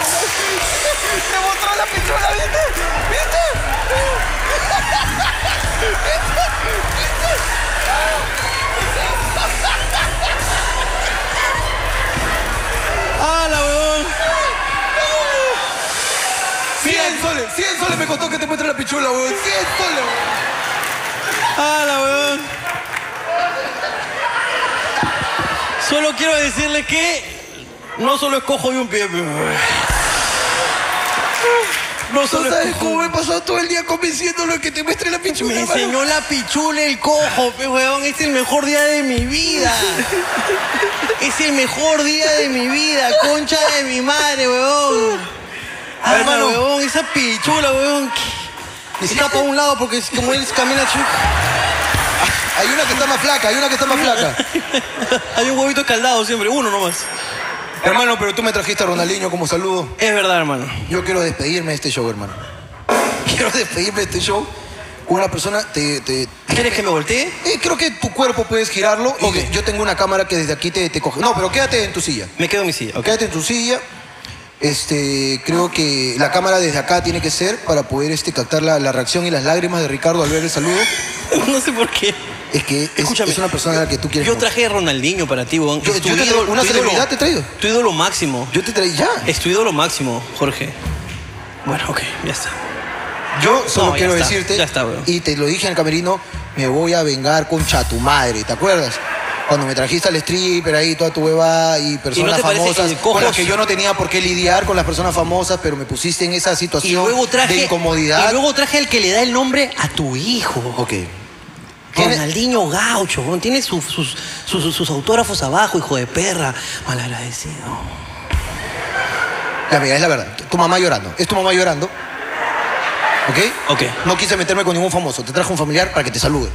S3: Te mostró la pistola, ¿viste? ¿Viste? ¿Viste? ¿Viste?
S1: ¡Hala, huevón!
S10: 100 soles, 100 soles me costó que te muestre la pichula, weón. 100 soles, weón.
S1: ¡Hala, weón! Solo quiero decirle que no solo es cojo y un pie. pe- No solo es cojo.
S10: Como he pasado todo el día convenciéndolo de que te muestre la pichula.
S1: Me
S10: hermano.
S1: enseñó la pichula el cojo, pe, weón. Es el mejor día de mi vida. Es el mejor día de mi vida, concha de mi madre, weón. Ah,
S10: Hermano.
S1: weón, esa pichula, weón. Y se tapa a un lado porque es como él camina chuca.
S10: Hay una que está más flaca, hay una que está más flaca.
S1: Hay un huevito caldado siempre, uno nomás.
S10: Hermano, pero tú me trajiste a Ronaldinho como saludo.
S1: Es verdad, hermano.
S10: Yo quiero despedirme de este show, hermano. Quiero despedirme de este show con una persona. Te, te-
S1: ¿Quieres que me voltee?
S10: Eh, creo que tu cuerpo puedes girarlo. y yo tengo una cámara que desde aquí te, te coge. No, pero quédate en tu silla.
S1: Me quedo en mi silla. ok.
S10: Quédate en tu silla. Este, creo que la cámara desde acá tiene que ser para poder este, captar la, la reacción y las lágrimas de Ricardo al ver el saludo.
S1: No sé por qué.
S10: Es que es,
S1: Escúchame.
S10: es una persona a la que tú quieres.
S1: Yo
S10: mucho.
S1: traje a Ronaldinho para ti, weón.
S10: Yo-
S1: Es tu
S10: yo te tra-
S1: ídolo-
S10: una
S1: tu ídolo-
S10: celebridad te he traído.
S1: Tu ídolo máximo.
S10: Yo te traí ya.
S1: Es tu ídolo máximo, Jorge. Bueno, ok, ya está.
S10: Yo solo
S1: No, ya
S10: quiero
S1: está,
S10: decirte,
S1: ya está, weón.
S10: y te lo dije en el camerino, me voy a vengar concha tu madre, ¿te acuerdas? Cuando me trajiste al stripper ahí, toda tu hueva y personas
S1: te parece
S10: famosas
S1: que cojo-
S10: con las que yo no tenía por qué lidiar con las personas famosas, pero me pusiste en esa
S1: Y
S10: situación
S1: luego traje.
S10: de incomodidad.
S1: Y luego traje el que le da el nombre a tu hijo.
S10: Ok.
S1: Ronaldinho Gaucho, weón. Tiene su- sus, sus- sus- sus autógrafos abajo, hijo de perra. Malagradecido.
S10: La verdad es la verdad. Tu mamá llorando. Es tu mamá llorando. ¿Ok?
S1: Ok.
S10: No quise meterme con ningún famoso. Te traje un familiar para que te salude.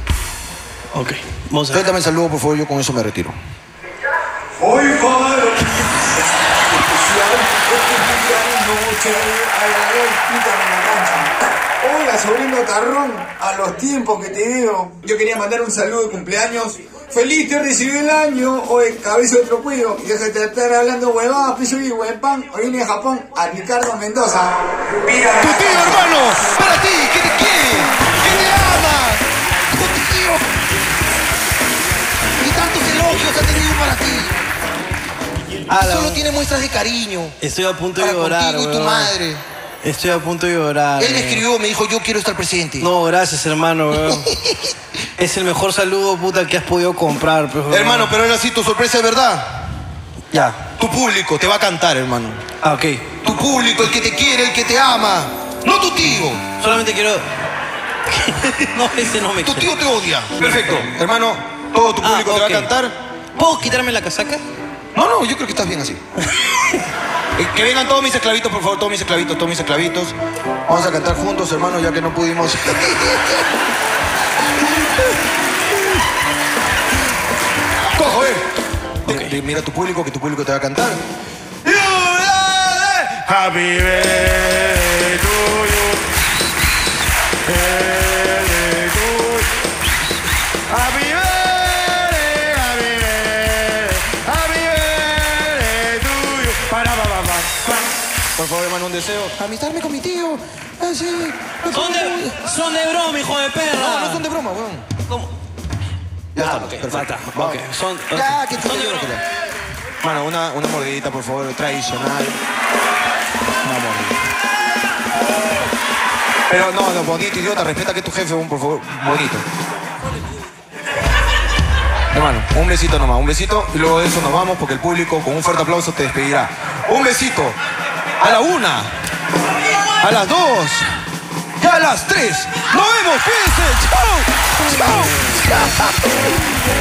S1: Ok. Vamos a ver.
S10: Suéltame el saludo, por favor. Yo con eso me retiro.
S3: Hoy va a especial noche a la puta de la cancha. Hola, sobrino Tarrón, a los tiempos que te veo. Yo quería mandar un saludo de cumpleaños. Feliz te recibió el año, hoy cabeza de trocuido. Y deja de estar hablando huevadas, piso y hueván. Hoy viene de Japón a Ricardo Mendoza.
S10: ¡Tu tío, hermano! ¡Para ti! ¡Que te quiere! ¡Que te ama! ¡Tu tío! Y tantos elogios ha tenido para ti.
S1: Ah, la-
S10: Solo tiene muestras de cariño.
S1: Estoy a punto de
S10: Para
S1: llorar.
S10: contigo y tu
S1: weón.
S10: madre.
S1: Estoy a punto de llorar.
S10: Él me
S1: weón.
S10: escribió, me dijo, yo quiero estar presente.
S1: No, gracias, hermano, weón. es el mejor saludo, puta, que has podido comprar, pues, weón.
S10: Hermano, pero ahora sí, tu sorpresa es verdad.
S1: Ya.
S10: Tu público te va a cantar, hermano.
S1: Ah, ok.
S10: Tu público, el que te quiere, el que te ama. No tu tío.
S1: Solamente quiero... no, ese no me
S10: Tu
S1: quiere.
S10: tío te odia. Perfecto. Hermano, todo tu
S1: Ah,
S10: público te va a
S1: ok.
S10: cantar.
S1: ¿Puedo quitarme la casaca?
S10: No, no, yo creo que estás bien así. Eh, que vengan todos mis esclavitos, por favor, todos mis esclavitos, todos mis esclavitos. Vamos a cantar juntos, hermano, ya que no pudimos. Cojo, eh. Te- te- mira a tu público, que tu público te va a cantar.
S9: Happy birthday to you. Birthday to you. Happy birthday, happy birthday, happy birthday to you. Para, pa, pa, pa, pa.
S10: Por favor, hermano, un deseo. Amistarme con mi tío. Ah, Así.
S1: Son de, son de broma, hijo de perra.
S10: No, no son de broma, weón.
S1: Ya está, perfecto. Son,
S10: Ya, que tú te Mano, una, una mordidita, por favor, tradicional. Una mordida. Pero no, no, bonito, idiota, respeta que tu jefe, un, por favor, bonito. Hermano, un besito nomás, un besito, y luego de eso nos vamos porque el público con un fuerte aplauso te despedirá. Un besito, a la una, a las dos, y a las tres. ¡Nos vemos, cuídense! ¡Chao! ¡Chao!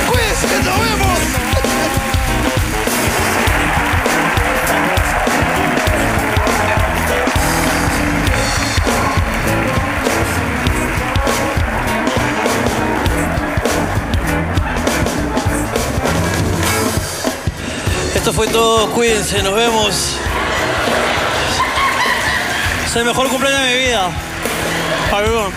S10: ¡Cuídense, nos vemos!
S1: Esto fue todo, cuídense, nos vemos. Es el mejor cumpleaños de mi vida. Perdón.